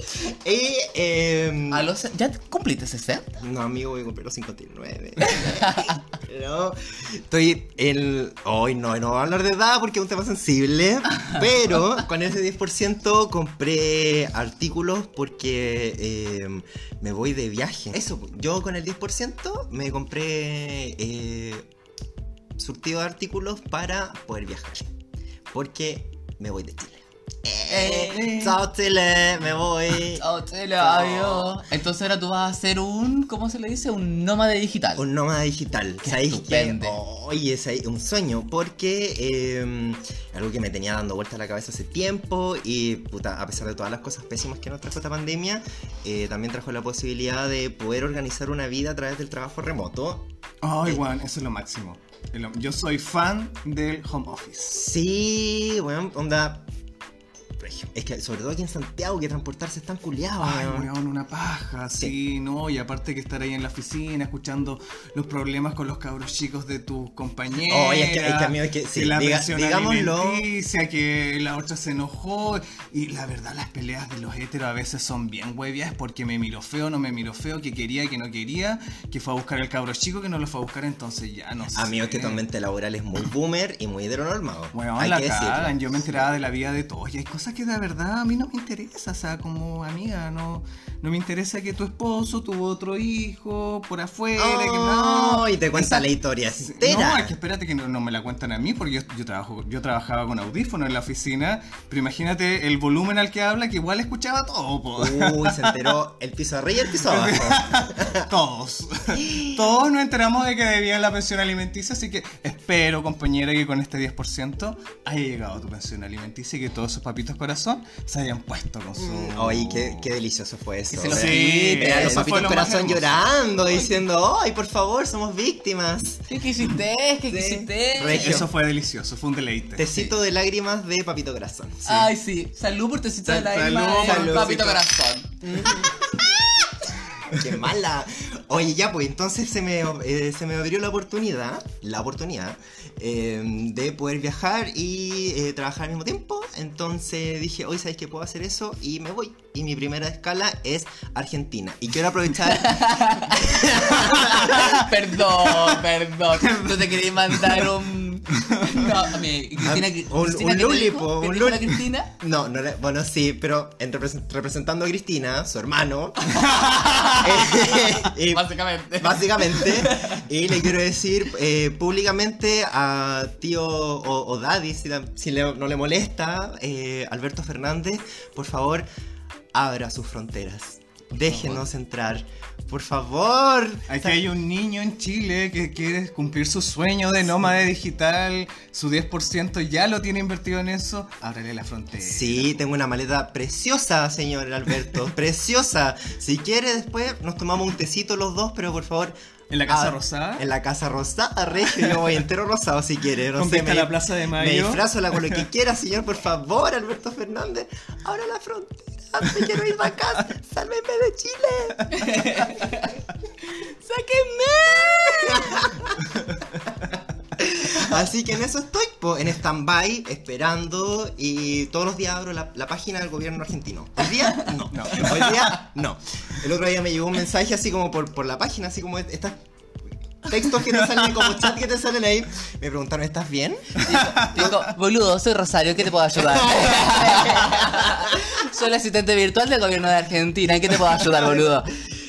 Speaker 2: Y, eh,
Speaker 1: A los, ¿Ya cumpliste 60?
Speaker 2: No, amigo, voy a cumplir los 59. <laughs> no, estoy el... Hoy no, no voy a hablar de edad porque es un tema sensible. Pero con ese 10% compré artículos porque eh, me voy de viaje. Eso, yo con el 10% me compré eh, surtido de artículos para poder viajar. Porque me voy de Chile. Eh, chao Chile, me voy.
Speaker 1: Oh, te lo
Speaker 2: No.
Speaker 1: adiós. Entonces ahora tú vas a ser un, ¿cómo se le dice? Un nómade digital.
Speaker 2: Un nómada digital.
Speaker 1: Qué
Speaker 2: ¿Sabéis qué?
Speaker 1: estupendo.
Speaker 2: Oye, es ahí un sueño, porque eh, algo que me tenía dando vuelta a la cabeza hace tiempo y, puta, a pesar de todas las cosas pésimas que nos trajo esta pandemia, eh, también trajo la posibilidad de poder organizar una vida a través del trabajo remoto. Eh,
Speaker 3: Ay, Oh, weón, eso es lo máximo. Es lo- Yo soy fan del home office.
Speaker 2: Sí, weón, onda. Es que sobre todo aquí en Santiago, que transportarse es tan culiado,
Speaker 3: Ay,
Speaker 2: Ah, weón.
Speaker 3: weón, una paja, sí, no, y aparte que estar ahí en la oficina escuchando los problemas con los cabros chicos de tus compañeros.
Speaker 2: Oye, Oh, es que- es que, amigo, es que sí,
Speaker 3: la
Speaker 2: diga-
Speaker 3: pensión
Speaker 2: digámoslo.
Speaker 3: alimenticia, que la otra se enojó, y la verdad las peleas de los héteros a veces son bien huevias porque me miró feo, no me miró feo, que quería, que no quería, que fue a buscar el cabro chico, que no lo fue a buscar, entonces ya no sé.
Speaker 2: Amigo, es que tu ambiente laboral es muy boomer y muy heteronormado.
Speaker 3: Bueno,
Speaker 2: hay
Speaker 3: la
Speaker 2: que decirlo.
Speaker 3: cagan, yo me enteraba de la vida de todos y hay cosas que de verdad a mí no me interesa, o sea, como amiga, no, no me interesa que tu esposo tuvo otro hijo por afuera,
Speaker 2: Oh,
Speaker 3: que no.
Speaker 2: y te cuenta
Speaker 3: Esa-
Speaker 2: la historia
Speaker 3: No,
Speaker 2: entera.
Speaker 3: es que espérate que no, no me la cuentan a mí porque yo, yo trabajo, yo trabajaba con audífono en la oficina, pero imagínate el volumen al que habla que igual escuchaba todo, po.
Speaker 2: Uy, se enteró el piso arriba y el piso
Speaker 3: <laughs>
Speaker 2: abajo.
Speaker 3: todos. <laughs> todos nos enteramos de que debían la pensión alimenticia, así que espero, compañera, que con este 10% haya llegado tu pensión alimenticia y que todos esos papitos corazón se hayan puesto con su.
Speaker 2: Mm. Ay, qué, qué delicioso fue eso. ¿eh?
Speaker 1: Que se los
Speaker 2: Sí,
Speaker 3: Sí,
Speaker 1: quiten.
Speaker 2: Vean los
Speaker 3: eso
Speaker 2: papitos
Speaker 3: fue lo más
Speaker 2: corazón
Speaker 3: hermoso.
Speaker 2: llorando, diciendo, ay, por favor, somos víctimas.
Speaker 1: ¿Qué quisiste? ¿Qué quisiste?
Speaker 2: Regio.
Speaker 3: Eso fue delicioso, fue un deleite.
Speaker 2: Tecito de lágrimas de papito corazón.
Speaker 1: Ay, sí. Salud por tecito de
Speaker 3: Sal-
Speaker 1: la
Speaker 3: salud,
Speaker 1: Salud,
Speaker 2: salud,
Speaker 1: papito
Speaker 2: sí.
Speaker 1: corazón.
Speaker 2: Qué mala. Oye, ya, pues entonces se me, eh, se me abrió la oportunidad, la oportunidad, eh, de poder viajar y eh, trabajar al mismo tiempo. Entonces dije, hoy sabéis que puedo hacer eso y me voy. Y mi primera escala es Argentina. Y quiero aprovechar.
Speaker 1: <laughs> Perdón, perdón. No te quería mandar un, No, a mí, Cristina,
Speaker 2: Ah, un-
Speaker 1: Cristina, ¿qué
Speaker 2: un
Speaker 1: te
Speaker 2: lulipo,
Speaker 1: dijo? ¿Qué
Speaker 2: un
Speaker 1: dijo la
Speaker 2: luli-
Speaker 1: Cristina?
Speaker 2: No, no le- bueno, sí, pero en represen- representando a Cristina, su hermano. <laughs> eh, y-
Speaker 1: Básicamente.
Speaker 2: <laughs> Básicamente, y le quiero decir eh, públicamente a tío o, o daddy, si, la- si le- no le molesta, eh, Alberto Fernández, por favor, abra sus fronteras. Déjenos entrar. Por favor.
Speaker 3: Aquí hay un niño en Chile que quiere cumplir su sueño de nómade digital, su 10% ya lo tiene invertido en eso, ábrele la frontera.
Speaker 2: Sí, tengo una maleta preciosa, señor
Speaker 3: <laughs>
Speaker 2: Alberto. preciosa. Si quiere, después nos tomamos un tecito los dos, pero por favor.
Speaker 3: ¿En la Casa
Speaker 2: ah,
Speaker 3: Rosada?
Speaker 2: En la Casa Rosada, regio. Yo voy entero rosado si quiere. No
Speaker 3: Con
Speaker 2: sé,
Speaker 3: vista a la Plaza de Mayo.
Speaker 2: Me disfrazo la con
Speaker 3: <laughs>
Speaker 2: lo que quiera, señor, por favor, Alberto Fernández. Ahora la frontera, me quiero ir de acá. Sálvenme de Chile. <laughs> Así que en eso estoy, po, en stand-by, esperando. Y todos los días abro la, la página del gobierno argentino. Hoy día, no.
Speaker 3: No.
Speaker 2: Hoy día, no. El otro día me llegó un mensaje así como por, por la página, así como estas textos que te salen, como chat que te salen ahí. Me preguntaron, ¿estás bien?
Speaker 1: Digo, boludo, soy Rosario, ¿qué te puedo
Speaker 2: <laughs>
Speaker 1: ayudar? soy la asistente virtual del gobierno de Argentina, ¿en qué te puedo ayudar, boludo?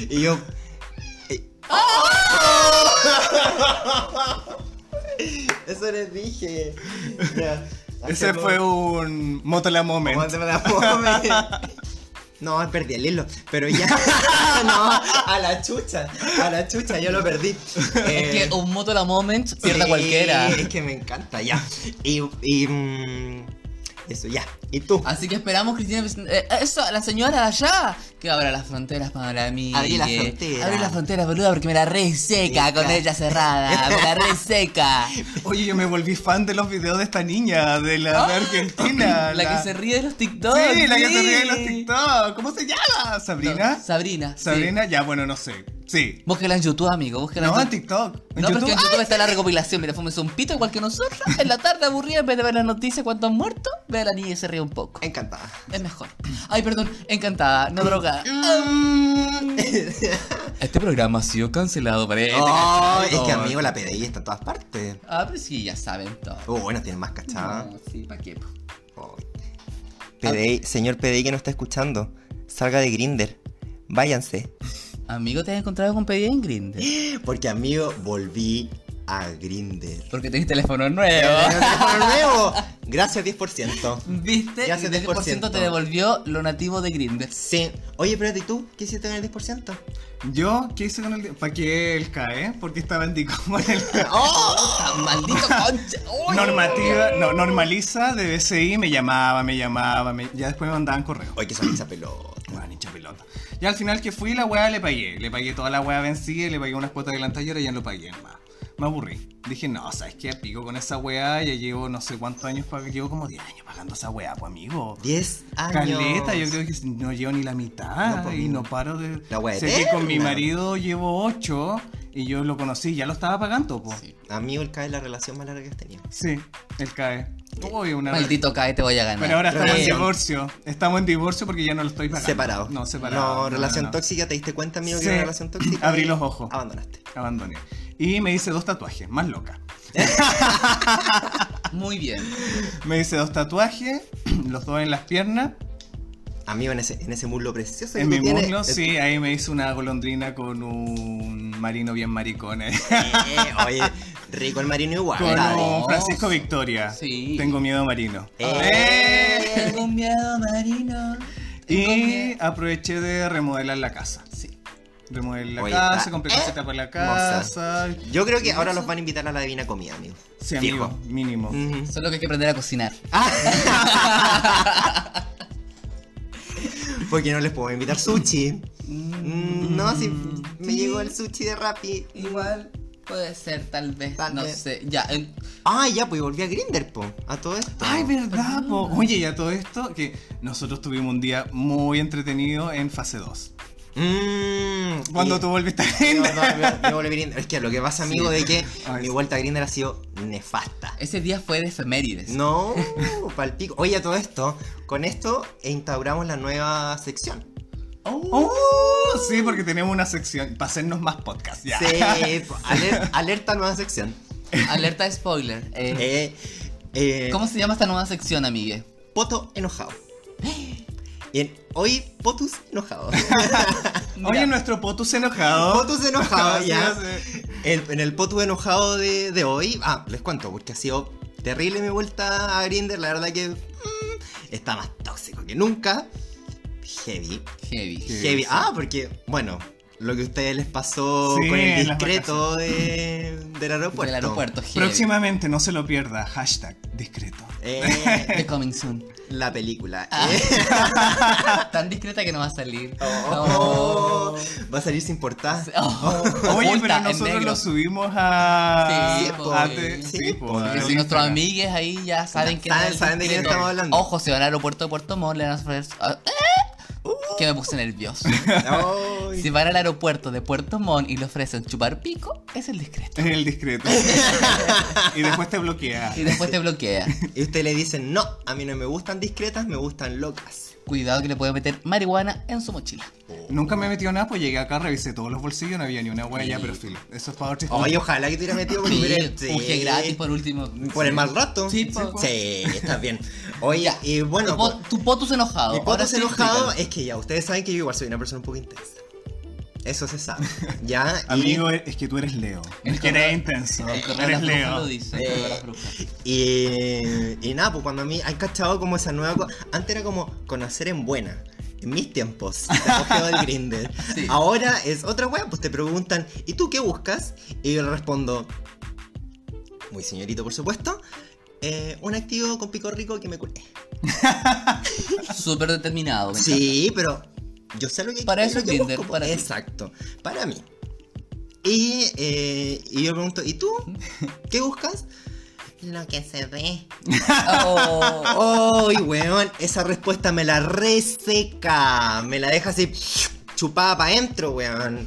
Speaker 2: Y yo. eh, Eso les dije. Ya,
Speaker 3: Ese
Speaker 2: hacemos-
Speaker 3: fue un Motola Moment.
Speaker 2: Vamos a hacer la fome. No, perdí el hilo, pero ya. <laughs> No, a la chucha, a la chucha, yo lo perdí. Eh,
Speaker 1: Es que un moto la moment pierde a
Speaker 2: sí,
Speaker 1: cualquiera.
Speaker 2: Es que me encanta, ya. Y. y, mm, eso, ya. ¿Y tú?
Speaker 1: Así que esperamos, Cristina. eh, eso, la señora de allá. Que abra las fronteras para mí.
Speaker 2: Abrí las
Speaker 1: que-
Speaker 2: fronteras.
Speaker 1: Abrí las fronteras, boluda, porque me la reseca
Speaker 2: Seca.
Speaker 1: con ella cerrada. Me la
Speaker 2: <laughs>
Speaker 1: reseca.
Speaker 3: Oye, yo me volví fan de los videos de esta niña, de la de Argentina.
Speaker 1: Ah, La, que se ríe de los TikTok.
Speaker 3: Sí, la que se ríe de los
Speaker 1: sí.
Speaker 3: TikTok. ¿Cómo se llama? ¿Sabrina?
Speaker 1: No, Sabrina. sí.
Speaker 3: ¿Sabrina? Ya, bueno, no sé. Sí.
Speaker 1: Búsquela en YouTube, amigo. Búsquela
Speaker 3: No,
Speaker 1: en
Speaker 3: en
Speaker 1: YouTube.
Speaker 3: TikTok. En
Speaker 1: No, porque
Speaker 3: YouTube. Ah,
Speaker 1: en YouTube está la recopilación. Mira, fumes un pito igual que nosotros. <laughs> En la tarde aburrida, en vez de ver las noticias cuántos han muerto, ve a la niña y se ríe un poco.
Speaker 2: Encantada.
Speaker 1: Es mejor. Ay, perdón, encantada, no
Speaker 3: <laughs>
Speaker 1: drogada.
Speaker 3: Mm.
Speaker 1: Este programa ha sido cancelado, parece.
Speaker 2: Oh,
Speaker 1: ¿cachai?
Speaker 2: es que
Speaker 1: Como-
Speaker 2: amigo, la PDI está en todas partes.
Speaker 1: Ah, pero sí, ya saben todo.
Speaker 2: Oh, bueno, tienen más cachada.
Speaker 3: Ah.
Speaker 1: No, sí, ¿para qué? po?
Speaker 2: Ay. PDI, señor PDI que no está escuchando, salga de Grinder. Váyanse.
Speaker 1: Amigo, te has encontrado con pedido en Grindr.
Speaker 2: <gasps> Porque amigo, volví a <laughs> Grinder.
Speaker 1: Porque tenés teléfono
Speaker 3: <laughs>
Speaker 1: nuevo.
Speaker 2: nuevo! Gracias 10%.
Speaker 1: ¿Viste?
Speaker 2: Ya
Speaker 1: Y
Speaker 2: hace
Speaker 1: el 10% te
Speaker 2: 10%.
Speaker 1: devolvió lo nativo de Grindr.
Speaker 2: Sí. Oye, espérate, ¿y tú qué hiciste con el 10%?
Speaker 3: Yo, ¿qué hice con el.? ¿Para qué él cae? Porque estaba en <laughs> Dicom en el-
Speaker 1: ¡Oh!
Speaker 2: <laughs>
Speaker 1: ¡Maldito concha! ¡Uy!
Speaker 3: Normativa, no, normaliza de BCI, me llamaba, me llamaba, me- ya después me mandaban correo.
Speaker 2: Oye, que son esa pelota.
Speaker 3: Weón, hincha pelota. Y al final que fui, la weá le pagué. Le pagué toda la weá vencida, le pagué unas cuotas adelantadas y ahora ya no pagué más. Me aburrí. Dije, no, ¿sabes qué? Pico con esa weá, ya llevo no sé cuántos años, pag- llevo como 10 años pagando esa weá, pues amigo.
Speaker 2: 10 años.
Speaker 3: Caleta, yo creo que no llevo ni la mitad
Speaker 2: No, pues,
Speaker 3: y no paro de...
Speaker 2: la weá
Speaker 3: sé que con mi
Speaker 2: eterna.
Speaker 3: marido llevo 8 y yo lo conocí, ya lo estaba pagando, pues.
Speaker 1: Sí.
Speaker 3: Sí.
Speaker 2: Amigo, el cae la relación más larga que has tenido.
Speaker 3: él cae. Uy, una
Speaker 1: Maldito cae, te voy a ganar.
Speaker 3: Pero ahora estamos en
Speaker 2: Relación.
Speaker 3: divorcio. Estamos en divorcio porque ya no lo estoy pagando.
Speaker 2: Separado.
Speaker 3: No, separado.
Speaker 2: No, relación
Speaker 3: no.
Speaker 2: tóxica, ¿te diste cuenta, amigo,
Speaker 3: Sí.
Speaker 2: que era relación tóxica?
Speaker 3: Abrí
Speaker 2: y
Speaker 3: los ojos.
Speaker 2: Abandonaste.
Speaker 3: Abandoné. Y me hice dos tatuajes, más loca.
Speaker 1: Muy bien.
Speaker 3: Me hice dos tatuajes, <clears throat> los dos en las piernas,
Speaker 2: Amigo, en ese, en ese muslo precioso. que
Speaker 3: en
Speaker 2: tú
Speaker 3: mi
Speaker 2: tienes,
Speaker 3: muslo,
Speaker 2: el-
Speaker 3: sí, ahí me hice una golondrina con un marino bien maricón, eh,
Speaker 2: Eh, <laughs> oye, rico el marino igual.
Speaker 3: con
Speaker 2: dale.
Speaker 3: un Francisco Victoria.
Speaker 1: Sí.
Speaker 3: Tengo miedo marino.
Speaker 2: Eh.
Speaker 1: Tengo miedo, Marino.
Speaker 2: Este,
Speaker 1: Tengo
Speaker 3: Y
Speaker 1: miedo.
Speaker 3: aproveché de remodelar la casa.
Speaker 1: Sí.
Speaker 3: Remodelé la
Speaker 2: Oye,
Speaker 3: casa,
Speaker 2: está
Speaker 3: compré caseta para la casa.
Speaker 2: hermosa. Yo creo que ahora los van a invitar a la divina comida, amigo.
Speaker 3: Sí, amigo, mínimo.
Speaker 2: Ujú.
Speaker 1: Solo que hay que aprender a cocinar.
Speaker 2: Porque no les puedo invitar sushi.
Speaker 1: Mm,
Speaker 2: Mm, No, si me llegó el sushi de Rappi.
Speaker 1: Igual puede ser, tal vez.
Speaker 2: Tal
Speaker 1: no
Speaker 2: vez.
Speaker 1: sé. Ya. en-
Speaker 2: Ah, ya, pues volví a Grinder, po. A todo esto.
Speaker 3: Ay, verdad, po. Oye, y a todo esto, que nosotros tuvimos un día muy entretenido en fase 2.
Speaker 2: Mm,
Speaker 3: Cuando
Speaker 2: y-
Speaker 3: tú volviste a
Speaker 2: Yo,
Speaker 3: Tinder.
Speaker 2: no, yo- yo volví a Grindr. Es que lo que pasa, amigo, de que
Speaker 3: Ay,
Speaker 2: mi
Speaker 3: sí.
Speaker 2: vuelta a Grinder ha sido nefasta.
Speaker 1: Ese día fue de efemérides.
Speaker 3: <laughs>
Speaker 2: No, palpico. Oye, a todo esto, con esto instauramos la nueva sección.
Speaker 3: Oh, <laughs> sí, porque tenemos una sección para hacernos más podcast. Ya.
Speaker 2: Sí, po, aler- alerta nueva sección.
Speaker 1: Alerta de spoiler. Eh,
Speaker 2: Eh, eh,
Speaker 1: ¿Cómo se llama esta nueva sección, amigue?
Speaker 2: Poto enojado. Bien, hoy Potus
Speaker 3: <laughs>
Speaker 2: enojado.
Speaker 3: Oye, nuestro Potus enojado.
Speaker 2: Potus enojado,
Speaker 3: <laughs> Así eh.
Speaker 2: ya.
Speaker 3: hace.
Speaker 2: El- en el Potus enojado de, de hoy, ah, les cuento, porque ha sido terrible mi vuelta a Grinder. La verdad que mm, está más tóxico que nunca. Heavy.
Speaker 1: Heavy.
Speaker 3: Sí,
Speaker 2: Heavy.
Speaker 3: sí.
Speaker 2: Ah, porque, bueno, lo que a ustedes les pasó
Speaker 3: Sí,
Speaker 2: con el
Speaker 3: en las
Speaker 2: discreto de, del aeropuerto.
Speaker 1: Del aeropuerto, heavy.
Speaker 3: Próximamente, no se lo pierda. Hashtag discreto.
Speaker 2: Eh,
Speaker 3: <laughs>
Speaker 1: The Coming Soon.
Speaker 2: la película.
Speaker 1: Ah.
Speaker 2: Eh,
Speaker 1: Tan discreta que no va a salir. <laughs>
Speaker 2: oh,
Speaker 1: No.
Speaker 2: va a salir sin portada. Ah.
Speaker 1: <laughs> Oh,
Speaker 3: Oye,
Speaker 1: oculta,
Speaker 3: pero
Speaker 1: en
Speaker 3: nosotros
Speaker 1: negro.
Speaker 3: lo subimos a.
Speaker 1: Sí, po.
Speaker 3: a
Speaker 1: Sí,
Speaker 3: te-
Speaker 1: pues,
Speaker 3: sí, po,
Speaker 1: Porque
Speaker 3: al
Speaker 1: si nuestros
Speaker 3: Instagram.
Speaker 1: amigues ahí ya saben que
Speaker 2: Saben- saben de quién estamos hablando.
Speaker 1: Ojo, se van al aeropuerto de Puerto Montt, le van a ofrecer. ah, ¡eh!
Speaker 2: Uh.
Speaker 1: Que me puse
Speaker 2: <laughs>
Speaker 1: nervioso.
Speaker 2: Ay.
Speaker 1: Si van al aeropuerto de Puerto Montt y le ofrecen chupar pico, es el discreto.
Speaker 3: El discreto. y después te bloquea.
Speaker 1: Y después te
Speaker 2: <laughs>
Speaker 1: bloquea.
Speaker 2: Y ustedes le dicen, no, a mí no me gustan discretas, me gustan locas.
Speaker 1: Cuidado que le puede meter marihuana en su mochila.
Speaker 3: Nunca me he metido nada, pues llegué acá, revisé todos los bolsillos, no había ni una huella, pero filo. Eso es para otra historia.
Speaker 2: Oye, ojalá que te hubiera metido porque
Speaker 1: Sí,
Speaker 2: hubiera- sí.
Speaker 1: Puje gratis por último.
Speaker 2: Por el mal rato.
Speaker 1: Sí, po.
Speaker 2: Sí, está bien. Oye, y bueno,
Speaker 1: tu, po- tu potus enojado.
Speaker 2: mi
Speaker 1: Ahora
Speaker 2: poco
Speaker 1: sí,
Speaker 2: enojado
Speaker 1: explícalo.
Speaker 2: es que ya, ustedes saben que yo igual soy una persona un poco intensa. Eso se sabe.
Speaker 1: <laughs>
Speaker 2: Ya, y-
Speaker 3: Amigo, es que tú eres Leo. Es que eres intenso.
Speaker 1: El correo de las
Speaker 3: Eres
Speaker 1: brujas lo
Speaker 3: Leo.
Speaker 1: dice. el
Speaker 2: Eh.
Speaker 1: correo de las brujas.
Speaker 2: Y, y nada, pues cuando a mí han cachado como esa nueva cosa. Antes era como conocer en buena. En mis tiempos, <laughs> te cogeo del Grindr.
Speaker 1: Sí.
Speaker 2: Ahora es otra wea, pues te preguntan, ¿y tú qué buscas? Y yo le respondo, muy señorito, por supuesto, "eh, un activo con pico rico que me eh, cure.
Speaker 1: Súper determinado. me
Speaker 2: Sí, pero yo sé lo que
Speaker 1: Para
Speaker 2: lo
Speaker 1: eso es
Speaker 2: que
Speaker 1: Grindr,
Speaker 2: busco, pues,
Speaker 1: para ti.
Speaker 2: Exacto, para mí. Y, eh, y yo pregunto, ¿y
Speaker 1: <laughs>
Speaker 2: tú qué buscas? Lo que se ve.
Speaker 1: encanta. Oh,
Speaker 2: ¡Ay, weón! Esa respuesta me la reseca. Me la deja así chupada para adentro, weón.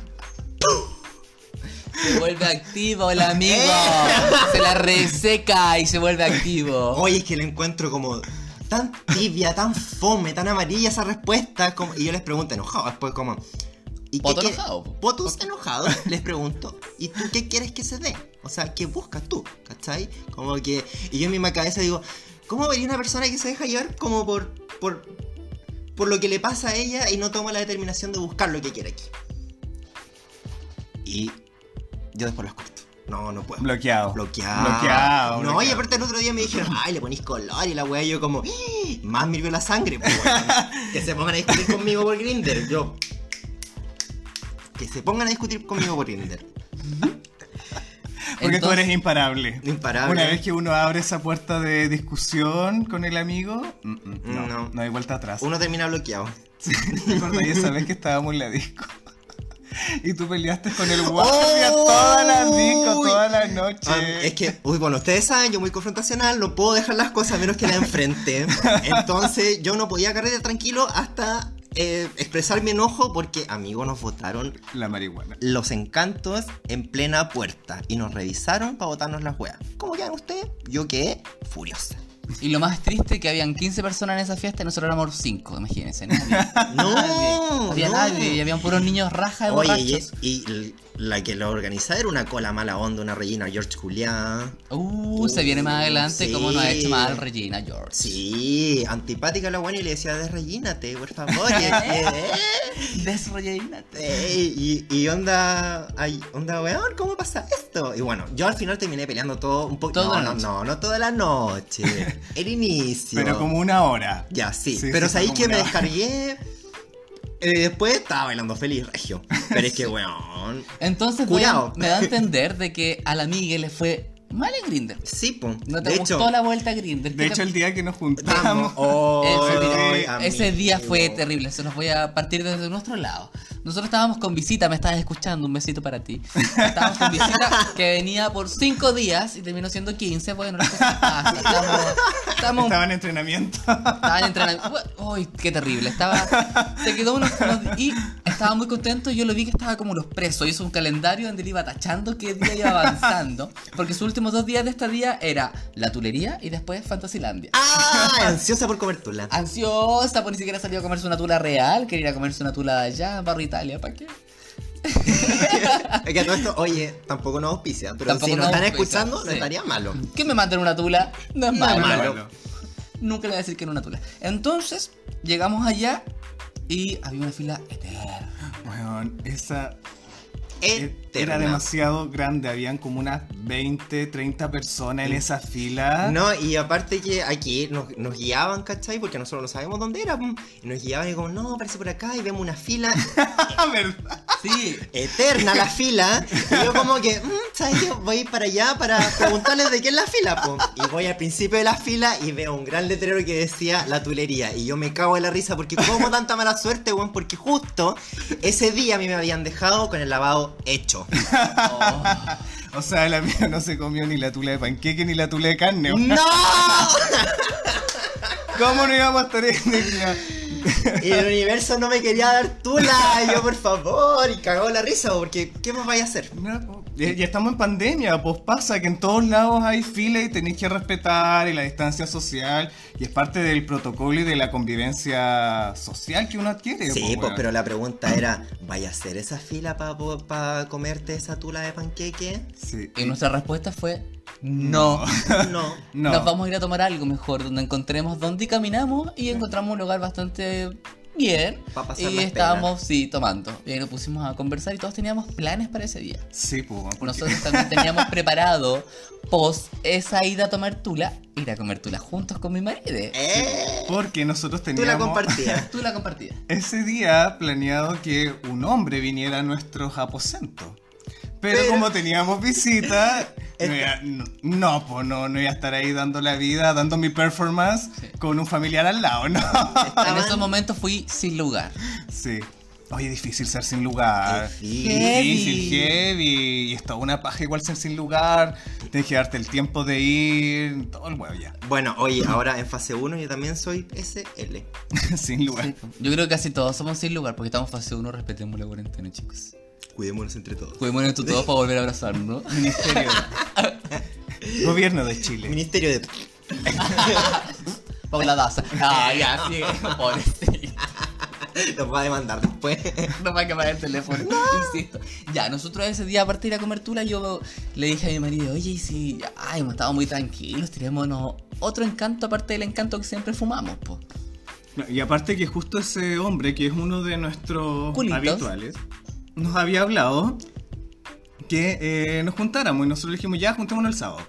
Speaker 1: se vuelve activo el amigo.
Speaker 2: Eh.
Speaker 1: Se la reseca y se vuelve activo.
Speaker 2: Hoy es que la encuentro como tan tibia, tan fome, tan amarilla esa respuesta. como- Y yo les pregunto enojado, después como... ¿Y
Speaker 1: Poto
Speaker 2: quieres?
Speaker 1: enojado, po.
Speaker 2: Potus enojados, les pregunto. ¿Y tú qué quieres que se dé? O sea, ¿qué buscas tú? ¿Cachai? Como que... Y yo en mi misma cabeza digo, ¿cómo vería una persona que se deja llevar como por... por por lo que le pasa a ella y no toma la determinación de buscar lo que quiere aquí. Y yo después los corto. No, no puedo.
Speaker 3: Bloqueado.
Speaker 2: Bloqueado.
Speaker 3: Bloqueado,
Speaker 2: No,
Speaker 3: bloqueado.
Speaker 2: y aparte el otro día me dijeron, ay, le ponís color y la weá, yo como, "¡Ah! más me hirvió la sangre, pues,
Speaker 3: <laughs>
Speaker 2: weón". Que se pongan a discutir conmigo por Grinder. Yo. Que se pongan a discutir conmigo por Grinder.
Speaker 3: Porque tú
Speaker 1: Entonces-
Speaker 3: eres imparable.
Speaker 2: Imparable.
Speaker 3: Una vez que uno abre esa puerta de discusión con el amigo, mm, mm, no,
Speaker 2: No.
Speaker 3: no, hay vuelta atrás.
Speaker 2: Uno termina bloqueado.
Speaker 3: <laughs> ¿Te acordás de esa vez que estábamos en la disco? <laughs> Y tú peleaste con el guardia
Speaker 2: ¡Oh!
Speaker 3: toda la disco, toda la noche.
Speaker 2: Ah, es que, uy, bueno, ustedes saben, yo muy confrontacional, no puedo dejar las cosas a menos que
Speaker 3: <laughs>
Speaker 2: las enfrente. Entonces, yo no podía cargar tranquilo hasta eh, expresar mi enojo porque, amigos, nos votaron
Speaker 3: La marihuana.
Speaker 2: los encantos en plena puerta y nos revisaron para botarnos las weas. ¿Cómo quedan ustedes? Yo quedé furiosa.
Speaker 1: Y lo más triste que habían 15 personas en esa fiesta y nosotros éramos 5, imagínense. Nadie.
Speaker 2: <laughs> No,
Speaker 1: Nadie. Había
Speaker 2: no.
Speaker 1: nadie. Y habían puros niños raja de
Speaker 2: Oye, y,
Speaker 1: borrachos.
Speaker 2: y l- la que lo organizaba era una cola mala onda, una Regina George Julián.
Speaker 1: Uh, se viene más adelante
Speaker 2: Sí.
Speaker 1: como nos ha hecho mal Regina George.
Speaker 2: Sí, antipática la buena y le decía, desregínate, por favor.
Speaker 1: <laughs>
Speaker 2: y,
Speaker 1: Desrellenate.
Speaker 2: y- y- y onda, ay, onda, weón, ¿cómo pasa esto? Y bueno, yo al final terminé peleando todo un poco.
Speaker 1: Toda
Speaker 2: No,
Speaker 1: la
Speaker 2: no,
Speaker 1: noche.
Speaker 2: no, no toda la noche.
Speaker 1: <laughs>
Speaker 2: El inicio.
Speaker 3: Pero como una hora.
Speaker 2: Ya, sí.
Speaker 3: Sí,
Speaker 2: pero
Speaker 3: sí,
Speaker 2: sabéis
Speaker 3: fue
Speaker 2: que
Speaker 3: como
Speaker 2: me
Speaker 3: una-
Speaker 2: descargué. eh, después estaba bailando feliz
Speaker 3: <laughs>
Speaker 2: regio. Pero es que, weón.
Speaker 1: Entonces voy a-
Speaker 2: Curado.
Speaker 1: me da a entender de que a la amiga le fue mal en Grinder.
Speaker 2: Sí, po.
Speaker 1: No te
Speaker 2: de
Speaker 1: gustó
Speaker 2: hecho,
Speaker 1: la vuelta a Grinder.
Speaker 3: De hecho, el día que nos
Speaker 2: Vamos.
Speaker 3: juntamos,
Speaker 2: Oh,
Speaker 1: Ese
Speaker 3: Ay,
Speaker 1: día, ese día
Speaker 2: amigo.
Speaker 1: fue terrible, se los voy a partir desde nuestro lado. Nosotros estábamos con visita, me estabas escuchando, un besito para ti. Estábamos con visita que venía por 5 días y terminó siendo 15, bueno, las cosas pasan. Estamos, estamos
Speaker 3: estaba en entrenamiento. <laughs>
Speaker 1: estaba en entrenamiento. Uy, qué terrible. Estaba. Se quedó unos, unos- Y estaba muy contento. Yo lo vi que estaba como los presos. Hizo un calendario donde él iba tachando qué día iba avanzando. Porque sus últimos dos días de esta día era la tulería y después Fantasilandia.
Speaker 2: ¡Ah! Ansiosa por cobertura.
Speaker 1: pues Ansiosa, por ni siquiera salió a comerse una tula real. Quería ir a comerse una tula de allá, Barrio Italia, ¿para qué?
Speaker 2: Es que a todo esto, oye, tampoco nos auspician, pero
Speaker 1: Tampoco
Speaker 2: si nos
Speaker 1: nos
Speaker 2: están
Speaker 1: auspician,
Speaker 2: escuchando, no
Speaker 1: sí.
Speaker 2: estaría malo.
Speaker 1: Que me manden una tula. No es malo.
Speaker 2: malo.
Speaker 1: Nunca le voy a decir que era una tula. Entonces, llegamos allá y había una fila eterna.
Speaker 3: Bueno, esa
Speaker 2: Eterna.
Speaker 3: era demasiado grande. Habían como unas 20, 30 personas en esa fila. <laughs>
Speaker 2: Mm. No, y aparte que aquí nos, nos guiaban, ¿cachai? Porque nosotros no sabemos dónde era. pum. Y nos guiaban y como, no, parece por acá y vemos una fila
Speaker 3: ¿verdad?
Speaker 1: Sí.
Speaker 2: eterna, la fila. Y yo como que, mm, ¿sabes qué? Voy para allá para preguntarles de qué es la fila. pum. Y voy al principio de la fila y veo un gran letrero que decía la tulería. Y yo me cago en la risa porque como tanta mala suerte, weón, porque justo ese día a mí me habían dejado con el lavado hecho.
Speaker 1: Oh.
Speaker 3: O sea, el amigo no se comió ni la tula de panqueque ni la tula de carne.
Speaker 2: ¡No!
Speaker 3: <laughs> ¿Cómo no íbamos a estar en el-
Speaker 2: Y el universo no me quería dar tula. Y yo, por favor, y cagó la risa, porque ¿qué más vais a hacer?
Speaker 3: No, po. ya, ya estamos en pandemia, pues pasa que en todos lados hay fila y tenéis que respetar y la distancia social y es parte del protocolo y de la convivencia social que uno adquiere. po,
Speaker 2: Sí, pues,
Speaker 3: weón.
Speaker 2: pero la pregunta era, ¿vaya a hacer esa fila para comerte esa tula de panqueque?
Speaker 3: Sí.
Speaker 1: Y nuestra respuesta fue no.
Speaker 2: No.
Speaker 3: No.
Speaker 1: Nos vamos a ir a tomar algo mejor, donde encontremos dónde caminamos y encontramos un lugar bastante bien.
Speaker 2: Pa' pasar
Speaker 1: Y
Speaker 2: las
Speaker 1: estábamos, sí, tomando. Y ahí nos pusimos a conversar y todos teníamos planes para ese día.
Speaker 3: Sí, pues. weón, porque-
Speaker 1: Nosotros también teníamos preparado, post esa ida a tomar tula, ir a comer tula juntos con mi marido.
Speaker 2: ¿Eh?
Speaker 3: Porque nosotros
Speaker 2: Tú la
Speaker 3: teníamos
Speaker 2: compartías.
Speaker 1: Tú la compartías.
Speaker 3: ese día planeado que un hombre viniera a nuestros aposentos. Pero, como teníamos visita, no, iba- no, no, po, no, no iba a estar ahí dando la vida, dando mi performance
Speaker 1: Sí.
Speaker 3: con un familiar al lado, ¿no?
Speaker 1: <laughs>
Speaker 3: <laughs>
Speaker 2: Ah,
Speaker 1: En esos
Speaker 2: Estaban...
Speaker 1: momentos fui sin lugar.
Speaker 3: Sí. Oye, difícil ser sin lugar.
Speaker 2: Sí.
Speaker 1: Heavy.
Speaker 3: Difícil, heavy. Y es toda una paja igual ser sin lugar. Tienes que darte el tiempo de ir. Todo el huevo ya. <laughs>
Speaker 2: Bueno, oye, ahora en fase 1 yo también soy SL.
Speaker 3: sin lugar.
Speaker 1: Sí. Yo creo que casi todos somos sin lugar porque estamos fase 1, respetemos la cuarentena, chicos.
Speaker 2: Cuidémonos entre todos.
Speaker 1: Cuidémonos entre todos para volver a abrazarnos.
Speaker 3: Ministerio. Gobierno de Chile.
Speaker 2: Ministerio de... <laughs>
Speaker 1: Paula Daza. Ah, ya, sí, pobrecito.
Speaker 2: Nos va a demandar después.
Speaker 1: No va a quemar el teléfono, insisto. Ya, nosotros ese día, aparte de ir a comer tula, yo le dije a mi marido, oye, y si ay, hemos estado muy tranquilos, tirémonos otro encanto, aparte del encanto que siempre fumamos, po.
Speaker 3: No, Y aparte que justo ese hombre, que es uno de nuestros
Speaker 1: Culitos.
Speaker 3: habituales, nos había hablado que eh, nos juntáramos. Y nosotros le dijimos, ya, juntémonos el sábado.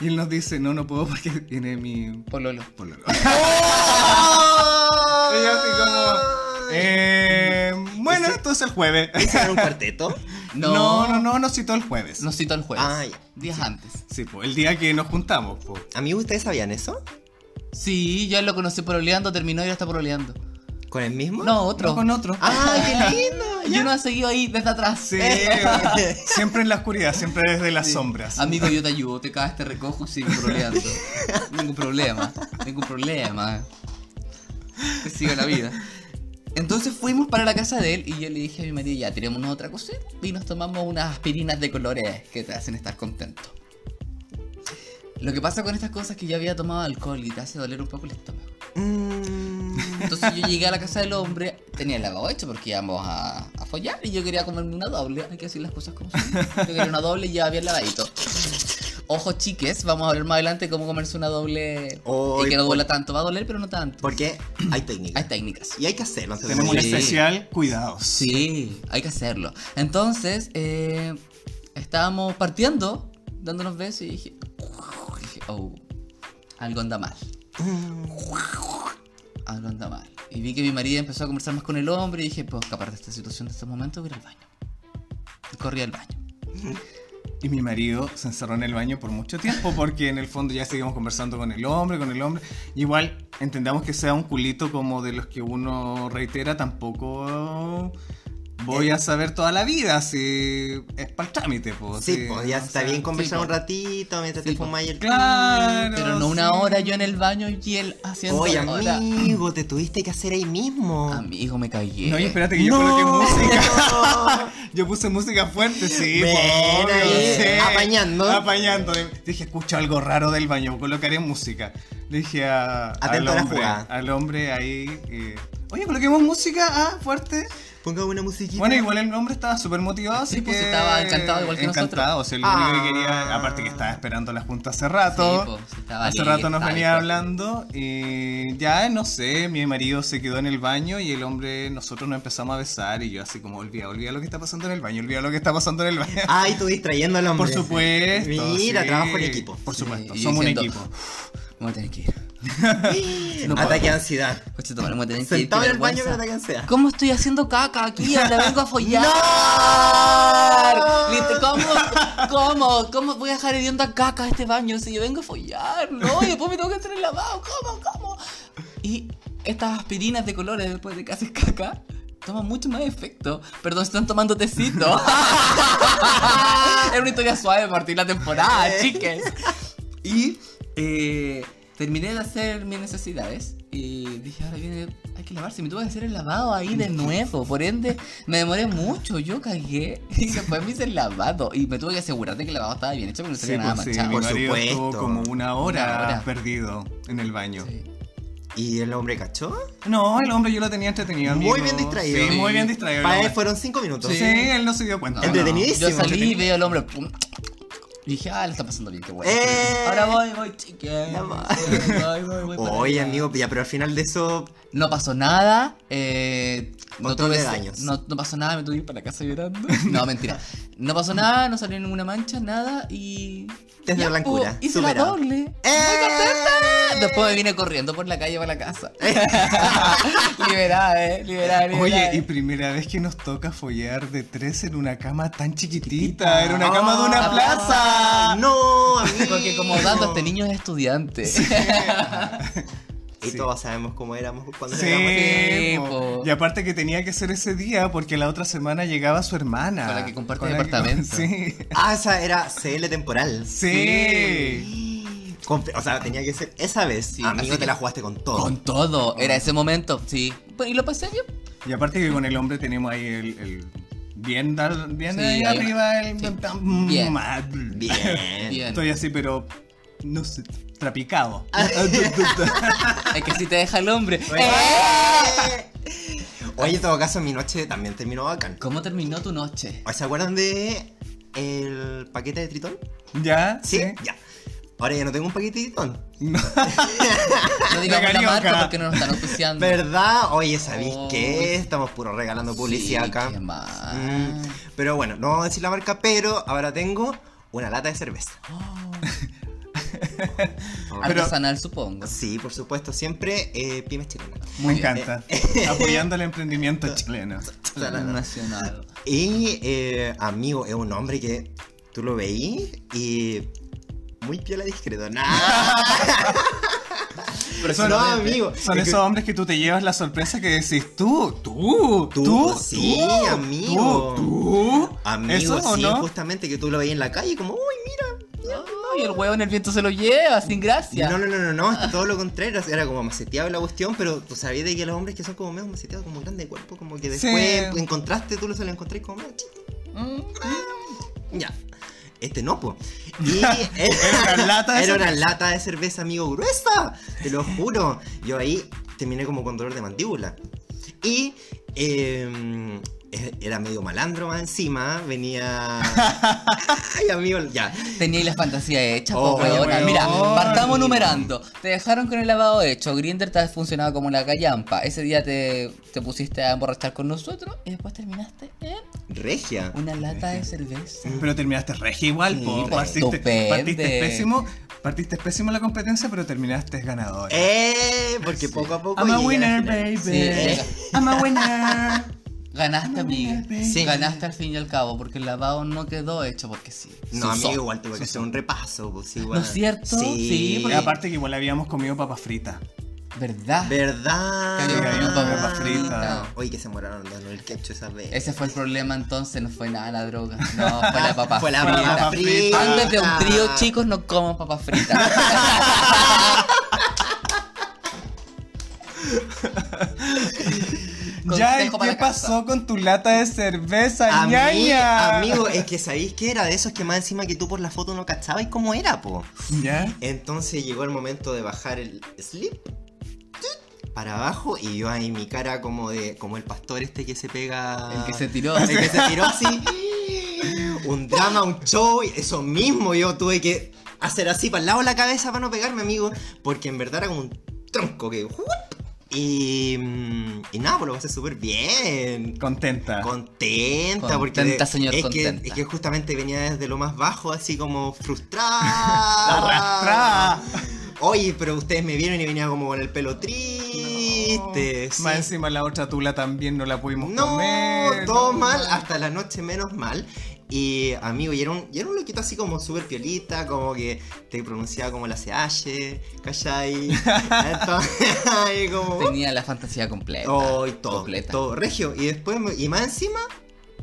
Speaker 3: Y él nos dice, no, no puedo porque <laughs> tiene mi...
Speaker 1: Pololo.
Speaker 3: pololo". <laughs>
Speaker 2: ¡Oh!
Speaker 3: Y yo así como, eh, bueno,
Speaker 2: Ese-
Speaker 3: entonces el jueves. <laughs>
Speaker 2: ¿Ese era un cuarteto?
Speaker 1: No,
Speaker 3: No, no, no, nos citó el jueves.
Speaker 1: Nos citó el jueves.
Speaker 2: Ah, ya.
Speaker 1: Días antes.
Speaker 3: Sí, po, el día que nos juntamos, po.
Speaker 2: Amigos, ¿ustedes sabían eso?
Speaker 1: Sí, yo lo conocí poroleando, terminó y ahora está poroleando.
Speaker 2: ¿Con el mismo?
Speaker 1: No, otro.
Speaker 3: No con otro.
Speaker 2: ¡Ah, qué
Speaker 1: <laughs>
Speaker 2: lindo!
Speaker 1: Y uno ha seguido ahí desde atrás.
Speaker 3: Sí, siempre en la oscuridad, siempre desde las sombras.
Speaker 1: Amigo,
Speaker 3: <laughs>
Speaker 1: yo te ayudo, te cagas, te recojo, sigo proleando. ningún problema, ningún problema. Que siga la vida. Entonces fuimos para la casa de él y yo le dije a mi marido, ya, tirémonos otra cosita y nos tomamos unas aspirinas de colores que te hacen estar contento. Lo que pasa con estas cosas es que yo había tomado alcohol y te hace doler un poco el estómago.
Speaker 2: <laughs> Mm.
Speaker 1: Entonces yo llegué a la casa del hombre, tenía el lavado hecho porque íbamos a, a follar y yo quería comerme una doble, hay que decir las cosas como son. Yo quería una doble y ya había el lavadito. Ojo chiques, vamos a hablar más adelante de cómo comerse una doble
Speaker 2: Oy,
Speaker 1: y que no
Speaker 2: por-
Speaker 1: duela tanto. Va a doler pero no tanto.
Speaker 2: Porque hay técnicas.
Speaker 1: Hay técnicas.
Speaker 2: Y hay que hacerlo. antes de
Speaker 3: Tenemos un
Speaker 2: morir.
Speaker 1: Sí.
Speaker 3: especial, cuidados.
Speaker 1: Sí, hay que hacerlo. Entonces, eh, estábamos partiendo, dándonos besos y dije, dije, oh, algo anda mal.
Speaker 3: Mm.
Speaker 1: Algo anda mal. Y vi que mi marido empezó a conversar más con el hombre y dije, puedo escapar de esta situación de este momento, voy a ir al baño. Y corrí al baño.
Speaker 3: Y mi marido se encerró en el baño por mucho tiempo porque en el fondo ya seguimos conversando con el hombre, con el hombre. Y igual entendamos que sea un culito como de los que uno reitera, tampoco
Speaker 1: Eh,
Speaker 3: voy a saber toda la vida si es para el trámite. Po,
Speaker 2: Sí,
Speaker 3: si-
Speaker 2: pues ya
Speaker 3: o
Speaker 2: está
Speaker 3: sea,
Speaker 2: bien conversar
Speaker 1: sí,
Speaker 2: un
Speaker 1: pues.
Speaker 2: ratito mientras
Speaker 1: Sí,
Speaker 2: te
Speaker 1: pues.
Speaker 2: fumáis el
Speaker 3: Claro.
Speaker 1: Pero no una
Speaker 3: sí.
Speaker 1: hora yo en el baño y él haciendo
Speaker 2: Oye,
Speaker 1: hora.
Speaker 2: amigo, te tuviste que hacer ahí mismo.
Speaker 1: Amigo, me caí.
Speaker 3: No, y espérate que yo coloqué música.
Speaker 2: <laughs>
Speaker 3: Yo puse música fuerte, sí.
Speaker 2: Ven
Speaker 3: po,
Speaker 2: ahí,
Speaker 3: obvio, sí.
Speaker 2: apañando.
Speaker 3: Apañando. Dije, escucho algo raro del baño, colocaré música. Le dije a, al,
Speaker 2: Atento a la
Speaker 3: hombre,
Speaker 2: jugada.
Speaker 3: al hombre ahí. eh, Oye, coloquemos música ah, fuerte.
Speaker 2: Pongamos una musiquita.
Speaker 3: Bueno, igual el hombre estaba súper motivado, así
Speaker 1: Sí, pues,
Speaker 3: que...
Speaker 1: estaba encantado igual que
Speaker 3: Encantado, o sea, lo
Speaker 2: Ah.
Speaker 3: único que quería... Aparte que estaba esperando la junta hace rato.
Speaker 1: Sí, pues, estaba
Speaker 3: Hace
Speaker 1: alegre,
Speaker 3: rato nos
Speaker 1: estaba
Speaker 3: venía
Speaker 1: dispuesto.
Speaker 3: hablando y ya, no sé, mi marido se quedó en el baño y el hombre, nosotros nos empezamos a besar y yo así como, olvida, olvida lo que está pasando en el baño, olvida lo que está pasando en el
Speaker 2: <laughs>
Speaker 3: baño.
Speaker 2: Ay, tú distrayendo al hombre.
Speaker 3: Por supuesto.
Speaker 2: Mira,
Speaker 3: sí.
Speaker 2: trabajo en equipo.
Speaker 3: Por supuesto,
Speaker 1: Y yo
Speaker 3: somos
Speaker 1: diciendo,
Speaker 3: un equipo.
Speaker 1: Voy a tener que ir. No puedo.
Speaker 2: <laughs> Ataque de ansiedad.
Speaker 1: Coche, tu madre, voy a tener que ir.
Speaker 2: Sentado
Speaker 1: qué
Speaker 2: en el baño con
Speaker 1: vergüenza.
Speaker 2: ataque de ansiedad.
Speaker 1: ¿Cómo estoy haciendo caca aquí? Ahora vengo a follar.
Speaker 2: ¡No!
Speaker 1: ¿Viste? ¿Cómo, ¿Cómo? ¿Cómo voy a dejar hedionda caca a este baño si yo vengo a follar? No, y después me tengo que hacer el lavado. ¿Cómo? ¿Cómo? Y estas aspirinas de colores después de que haces caca toman mucho más efecto. Perdón, están tomando tecito.
Speaker 2: <laughs>
Speaker 1: Era una historia suave para partir la temporada, chiques. Y eh, terminé de hacer mis necesidades y dije, ahora viene, hay que lavarse. Me tuve que hacer el lavado ahí de nuevo. Por ende, me demoré mucho. Yo cagué <laughs> y después me hice el lavado. Y me tuve que asegurar de que el lavado estaba bien hecho porque no
Speaker 3: Sí,
Speaker 1: salía nada
Speaker 3: pues, sí,
Speaker 1: manchado.
Speaker 3: mi
Speaker 2: Por
Speaker 3: marido estuvo
Speaker 2: supuesto.
Speaker 3: como una hora,
Speaker 1: Una hora.
Speaker 3: perdido en el baño.
Speaker 1: Sí.
Speaker 2: ¿Y el hombre cachó?
Speaker 3: No, el hombre yo lo tenía entretenido.
Speaker 2: Muy
Speaker 3: amigo.
Speaker 2: bien distraído.
Speaker 3: Sí, muy bien distraído. el
Speaker 2: Para él
Speaker 3: hombre.
Speaker 2: fueron cinco minutos.
Speaker 3: Sí, él no se dio cuenta.
Speaker 1: No,
Speaker 3: No.
Speaker 2: Entretenidísimo,
Speaker 1: Yo salí y
Speaker 2: entretenido.
Speaker 1: veo al hombre. pum, Y dije, ah, le está pasando bien, qué bueno.
Speaker 2: ¡Eh!
Speaker 1: Ahora voy, voy, chique.
Speaker 2: Ya va.
Speaker 1: Voy, voy, voy, para
Speaker 2: Oye,
Speaker 1: allá.
Speaker 2: amigo, ya, pero al final de eso.
Speaker 1: No pasó nada. Eh, no,
Speaker 2: Control
Speaker 1: tuve
Speaker 2: de
Speaker 1: se-
Speaker 2: daños.
Speaker 1: No, no pasó nada, me tuve que ir para la casa llorando.
Speaker 2: <laughs>
Speaker 1: No, mentira. No pasó nada, no salió ninguna mancha, nada y.
Speaker 2: Desde
Speaker 1: Ya,
Speaker 2: la blancura,
Speaker 1: po, Hice la
Speaker 2: superado.
Speaker 1: doble.
Speaker 2: ¡Eh!
Speaker 1: Muy contenta. Después me vine corriendo por la calle para la
Speaker 2: <laughs>
Speaker 1: casa.
Speaker 2: Eh.
Speaker 1: <laughs> liberada, eh. Liberada, liberada.
Speaker 3: Oye, y
Speaker 1: eh.
Speaker 3: primera vez que nos toca follar de tres en una cama tan chiquitita.
Speaker 1: Chiquitita.
Speaker 3: Era una cama de una
Speaker 1: Ah.
Speaker 3: plaza. <laughs>
Speaker 2: ¡No! Amigo.
Speaker 1: Porque como dato, este niño es estudiante.
Speaker 2: Y
Speaker 3: Sí.
Speaker 2: todos sabemos cómo éramos cuando
Speaker 3: Sí,
Speaker 2: éramos.
Speaker 1: éramos-
Speaker 3: po.
Speaker 1: po.
Speaker 3: y aparte que tenía que ser ese día porque la otra semana llegaba su hermana.
Speaker 1: Con la que comparte
Speaker 3: Con la que-
Speaker 1: departamento.
Speaker 3: <laughs> Sí,
Speaker 2: Ah, esa era CL temporal.
Speaker 3: sí.
Speaker 2: Comple- O sea, tenía que ser esa vez.
Speaker 1: Sí, Ah, así
Speaker 2: amigo,
Speaker 1: que-
Speaker 2: te la jugaste con
Speaker 1: <laughs>
Speaker 2: todo.
Speaker 1: Con todo. Era ese momento, sí. Pues, Y lo pasé bien.
Speaker 3: Y aparte que con el hombre tenemos ahí el... el- bien dal- bien
Speaker 1: Sí,
Speaker 3: ahí
Speaker 1: ahí.
Speaker 3: arriba el...
Speaker 1: Sí.
Speaker 3: Mm,
Speaker 1: Bien.
Speaker 3: ah,
Speaker 2: Bien.
Speaker 1: <laughs> Bien.
Speaker 3: Estoy así, pero... No sé, trapicado.
Speaker 1: Ah. Es que si te deja el
Speaker 2: <laughs>
Speaker 1: hombre.
Speaker 2: ¡Eh! Oye, en todo caso, mi noche también terminó bacán.
Speaker 1: ¿Cómo terminó tu noche?
Speaker 2: ¿Se acuerdan de el paquete de Tritón?
Speaker 3: <laughs> ¿Ya?
Speaker 2: Sí, ya. Ahora ya no tengo un paquete de Tritón.
Speaker 3: No.
Speaker 1: No digamos la
Speaker 3: carioca.
Speaker 1: marca porque no nos están auspiciando.
Speaker 2: ¿Verdad? Oye, ¿sabéis
Speaker 1: Oh.
Speaker 2: qué? Estamos puro regalando publicidad
Speaker 1: Sí,
Speaker 2: acá.
Speaker 1: qué mal.
Speaker 2: Mm, pero bueno, no vamos a decir la marca, pero ahora tengo una lata de cerveza.
Speaker 1: Ah, Artesanal,
Speaker 2: <laughs>
Speaker 1: supongo.
Speaker 2: Sí, por supuesto, siempre eh, pymes chilenas.
Speaker 3: Me
Speaker 1: <laughs>
Speaker 3: encanta. Apoyando el emprendimiento chileno.
Speaker 2: La, la, la.
Speaker 1: Nacional.
Speaker 2: Y eh, amigo, es un hombre que tú lo veí y muy piola discreto.
Speaker 3: <laughs>
Speaker 2: Nah.
Speaker 3: Son-
Speaker 2: no, amigo.
Speaker 3: eh, Son
Speaker 2: es que-
Speaker 3: esos hombres que tú te llevas la sorpresa que decís tú, tú, tú,
Speaker 2: Tú, sí,
Speaker 3: tú,
Speaker 2: amigo.
Speaker 3: Tú, tú.
Speaker 2: Amigo,
Speaker 3: ¿Eso o
Speaker 2: sí,
Speaker 3: no?
Speaker 2: justamente que tú lo veías en la calle como, uy, mira.
Speaker 1: Ay, el huevo en el viento se lo lleva, sin gracia.
Speaker 2: No, no, no, no, no, es que todo lo contrario, era como maceteado la cuestión, pero tú sabías de que los hombres que son como medio maceteados, como grande de cuerpo, como que
Speaker 3: Sí.
Speaker 2: después encontraste, tú los lo encontré como medio chico.
Speaker 1: Mm.
Speaker 2: Ya. Este no, po. Y eh,
Speaker 3: <laughs> Era una lata de
Speaker 2: Era una
Speaker 3: cerveza.
Speaker 2: lata de cerveza, amigo, gruesa. Te lo juro. Yo ahí terminé como con dolor de mandíbula. Y eh, era medio malandro más encima. Venía. Ay, amigo, ya.
Speaker 1: Tenía ahí la fantasía hecha, po,
Speaker 2: Oh,
Speaker 1: weona.
Speaker 3: weón.
Speaker 1: Mira, partamos numerando. Te dejaron con el lavado hecho. Grinder te funcionaba como la callampa. Ese día te, te pusiste a emborrachar con nosotros y después terminaste en
Speaker 2: Regia.
Speaker 1: una lata de cerveza.
Speaker 3: Pero terminaste regia igual,
Speaker 2: Sí,
Speaker 3: po.
Speaker 2: re-
Speaker 3: partiste,
Speaker 1: estupende.
Speaker 3: partiste pésimo, partiste pésimo la competencia, pero terminaste ganador.
Speaker 2: Eh, porque poco a poco.
Speaker 3: I'm a
Speaker 2: llegué
Speaker 3: winner,
Speaker 2: al final. eh.
Speaker 3: baby.
Speaker 1: Sí.
Speaker 3: I'm a winner.
Speaker 1: Ganaste, amiga.
Speaker 2: Sí.
Speaker 1: Ganaste al fin y al cabo porque el lavado no quedó hecho porque sí.
Speaker 2: No,
Speaker 1: Susó.
Speaker 2: amigo, igual tuve que hacer un repaso. Pues, igual.
Speaker 1: ¿No es cierto?
Speaker 2: <laughs> Sí,
Speaker 1: Sí,
Speaker 3: Y
Speaker 1: porque-
Speaker 3: aparte que igual habíamos comido papas fritas.
Speaker 1: ¿Verdad?
Speaker 2: ¿Verdad?
Speaker 1: Que había comido papas fritas.
Speaker 2: Oye, que se moraron dando el ketchup esa vez.
Speaker 1: Ese fue el problema entonces, no fue nada la droga. No, fue la papa
Speaker 2: Ah, <laughs> Fue la
Speaker 1: frita.
Speaker 2: papa frita.
Speaker 1: Antes de un trío, chicos, no coman papas fritas.
Speaker 3: ya, ¿y
Speaker 1: Consejo para
Speaker 3: qué
Speaker 1: la casa.
Speaker 3: pasó con tu lata de cerveza,
Speaker 2: Ami-
Speaker 3: ñaña?
Speaker 2: Amigo, es que sabéis que era de esos que más encima que tú por la foto no cachabais cómo era, po.
Speaker 3: ¿Ya?
Speaker 2: Entonces llegó el momento de bajar el slip. para abajo y yo ahí mi cara como de como el pastor este que se pega
Speaker 1: El que se tiró.
Speaker 2: <laughs> el que se tiró así un drama un show y eso mismo yo tuve que hacer así para el lado de la cabeza para no pegarme amigo porque en verdad era como un tronco que ¡jup! y, mm, y nada pues lo pasé súper bien
Speaker 3: Contenta.
Speaker 2: Contenta, porque
Speaker 1: Contenta,
Speaker 2: de-
Speaker 1: señor,
Speaker 2: es, Que,
Speaker 1: contenta.
Speaker 2: es que justamente venía desde lo más bajo, así como
Speaker 3: Arrastrada.
Speaker 1: <laughs>
Speaker 2: frustrada. Oye, pero ustedes me vieron y venía como con el pelo triste. sí.
Speaker 3: Más encima la otra tula también no la pudimos
Speaker 2: No,
Speaker 3: comer.
Speaker 2: todo mal, hasta la noche menos mal. Y amigo, y era un, y era un loquito así como súper piolita, como que te pronunciaba como la CH,
Speaker 1: <laughs>
Speaker 2: ¿cachai? Entonces, <laughs> y como,
Speaker 1: Tenía la fantasía completa.
Speaker 2: Oh, y todo,
Speaker 1: Completa.
Speaker 2: todo regio. Y después, me- y más encima,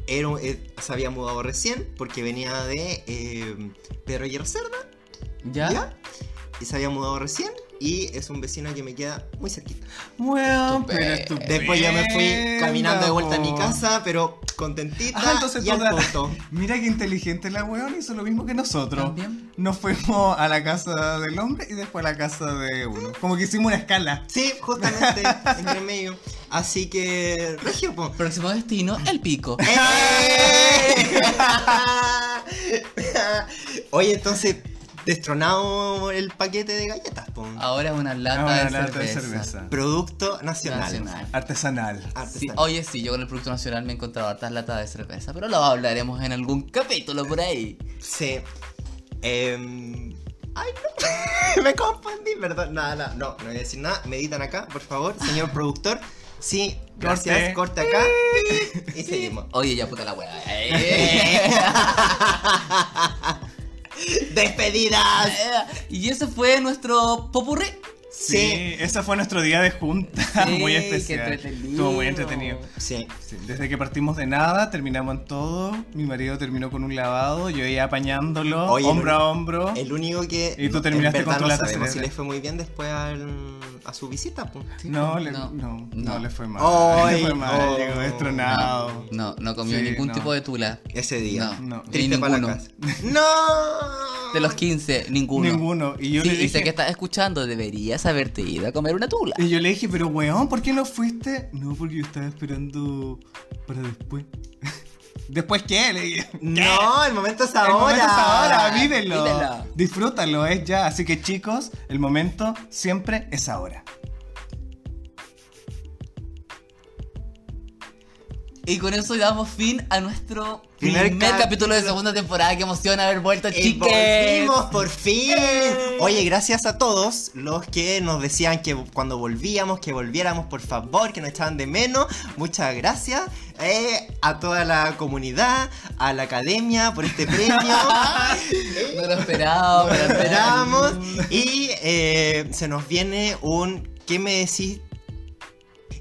Speaker 2: era, un- eh, se había mudado recién porque venía de eh, Pedro Hierro Cerda,
Speaker 1: ¿Ya?
Speaker 2: ¿ya? Y se había mudado recién y es un vecino que me queda muy cerquita.
Speaker 3: Bueno, pero
Speaker 1: Estupendo.
Speaker 3: estupendo.
Speaker 2: Después ya me fui caminando de vuelta a mi
Speaker 3: po.
Speaker 2: casa, pero contentita
Speaker 3: Ah, entonces
Speaker 2: y al
Speaker 3: toda-
Speaker 2: punto.
Speaker 3: Mira qué inteligente la weón hizo lo mismo que nosotros.
Speaker 1: ¿También?
Speaker 3: Nos fuimos a la casa del hombre y después a la casa de uno. Como que hicimos una escala.
Speaker 2: Sí, justamente, entre medio. Así que, regio, po.
Speaker 1: Próximo destino, el pico.
Speaker 2: ¡Eh! <laughs> Oye, entonces, destronado el paquete de galletas, po.
Speaker 1: Ahora es una lata,
Speaker 3: Ahora
Speaker 1: de,
Speaker 3: la lata
Speaker 1: cerveza.
Speaker 2: Producto nacional. Ah,
Speaker 1: Nacional.
Speaker 3: Artesanal.
Speaker 1: Sí,
Speaker 2: Artesanal.
Speaker 1: oye, sí, yo con el Producto Nacional me he encontrado hartas latas de cerveza, pero lo hablaremos en algún capítulo por ahí.
Speaker 2: Sí. Em, ay, no. <laughs> Me confundí, perdón. Nada, nada. No, no voy a decir nada. Meditan acá, por favor, señor productor. Sí, gracias. Corte acá. y seguimos.
Speaker 1: Oye, ya puta la Eh. hueá.
Speaker 3: <laughs>
Speaker 2: ¡Despedidas!
Speaker 1: <laughs> y ese fue nuestro popurrí.
Speaker 3: Sí. ese fue nuestro día de junta. <laughs>
Speaker 1: Sí,
Speaker 3: Ah, muy
Speaker 1: qué
Speaker 3: especial.
Speaker 1: entretenido.
Speaker 3: Estuvo muy entretenido.
Speaker 2: Sí.
Speaker 3: Sí, Desde que partimos de nada, terminamos en todo. Mi marido terminó con un lavado, yo iba apañándolo,
Speaker 2: Oye,
Speaker 3: hombro
Speaker 2: el-
Speaker 3: a hombro.
Speaker 2: El único que.
Speaker 3: ¿Ah? Y tú
Speaker 2: no,
Speaker 3: terminaste
Speaker 2: en
Speaker 3: con
Speaker 2: verdad
Speaker 3: tu
Speaker 2: no
Speaker 3: lata
Speaker 2: sabemos si
Speaker 3: cerebral.
Speaker 2: le fue muy bien después al- a su visita, po.
Speaker 3: No, le,
Speaker 1: no,
Speaker 3: no, no,
Speaker 1: no.
Speaker 3: le fue mal.
Speaker 2: Ay,
Speaker 3: le fue mal,
Speaker 2: oh.
Speaker 3: llegó destronado.
Speaker 1: No, no, no comió
Speaker 3: Sí,
Speaker 1: ningún
Speaker 3: no.
Speaker 1: tipo de tula.
Speaker 2: Ese día.
Speaker 1: No,
Speaker 3: No.
Speaker 1: ni
Speaker 2: Triste para la
Speaker 1: ninguno.
Speaker 2: casa. ¡No!
Speaker 1: De los 15, ninguno.
Speaker 3: Ninguno. Y yo
Speaker 1: sí,
Speaker 3: le
Speaker 1: y sé
Speaker 3: dije,
Speaker 1: que estás escuchando, deberías haberte ido a comer una tula.
Speaker 3: y yo le dije, pero weón, ¿por qué no fuiste? No, porque yo estaba esperando para después. <laughs> ¿Después qué? Le dije.
Speaker 2: No, el momento es
Speaker 3: El
Speaker 2: ahora.
Speaker 3: momento es ahora, vívelo.
Speaker 1: vívelo.
Speaker 3: Disfrútalo, es ya. Así que chicos, el momento siempre es ahora.
Speaker 1: Y con eso damos fin a nuestro primer,
Speaker 2: Primer
Speaker 1: capítulo de
Speaker 2: capítulo.
Speaker 1: segunda temporada. Qué emoción haber vuelto,
Speaker 2: Y
Speaker 1: chiques.
Speaker 2: Eh, volvimos por fin. Oye, gracias a todos los que nos decían que cuando volvíamos, que volviéramos por favor, que nos echaban de menos. Muchas gracias eh, a toda la comunidad, a la academia por este premio.
Speaker 1: No lo esperaba,
Speaker 2: Lo
Speaker 1: para nada.
Speaker 2: esperábamos. Y eh, se nos viene un ¿Qué me decís?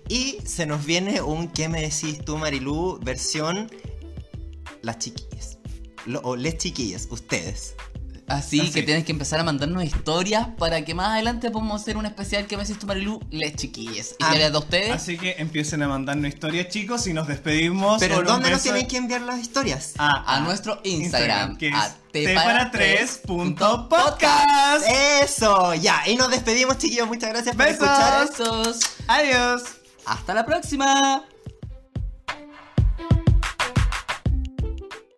Speaker 2: Y se nos viene un ¿Qué me decís tú, Marilú? Versión Las chiquillas. Lo- o les chiquillas, ustedes.
Speaker 1: Así,
Speaker 3: Así.
Speaker 1: que tienes que empezar a mandarnos historias para que más adelante podamos hacer un especial que me hiciste Marilu, les chiquilles. Y
Speaker 2: Ah,
Speaker 1: gracias a ustedes.
Speaker 3: Así que empiecen a mandarnos historias, chicos, y nos despedimos.
Speaker 2: Pero
Speaker 3: con un
Speaker 2: ¿dónde nos
Speaker 3: beso Ah,
Speaker 2: tienen que Ah. enviar las historias?
Speaker 1: a nuestro Instagram,
Speaker 3: que es
Speaker 1: a
Speaker 3: T para tres punto podcast.
Speaker 2: Eso, ya. Y nos despedimos, chiquillos. Muchas gracias por
Speaker 3: Besos.
Speaker 2: escuchar.
Speaker 1: Besos.
Speaker 3: Adiós.
Speaker 1: Hasta la próxima.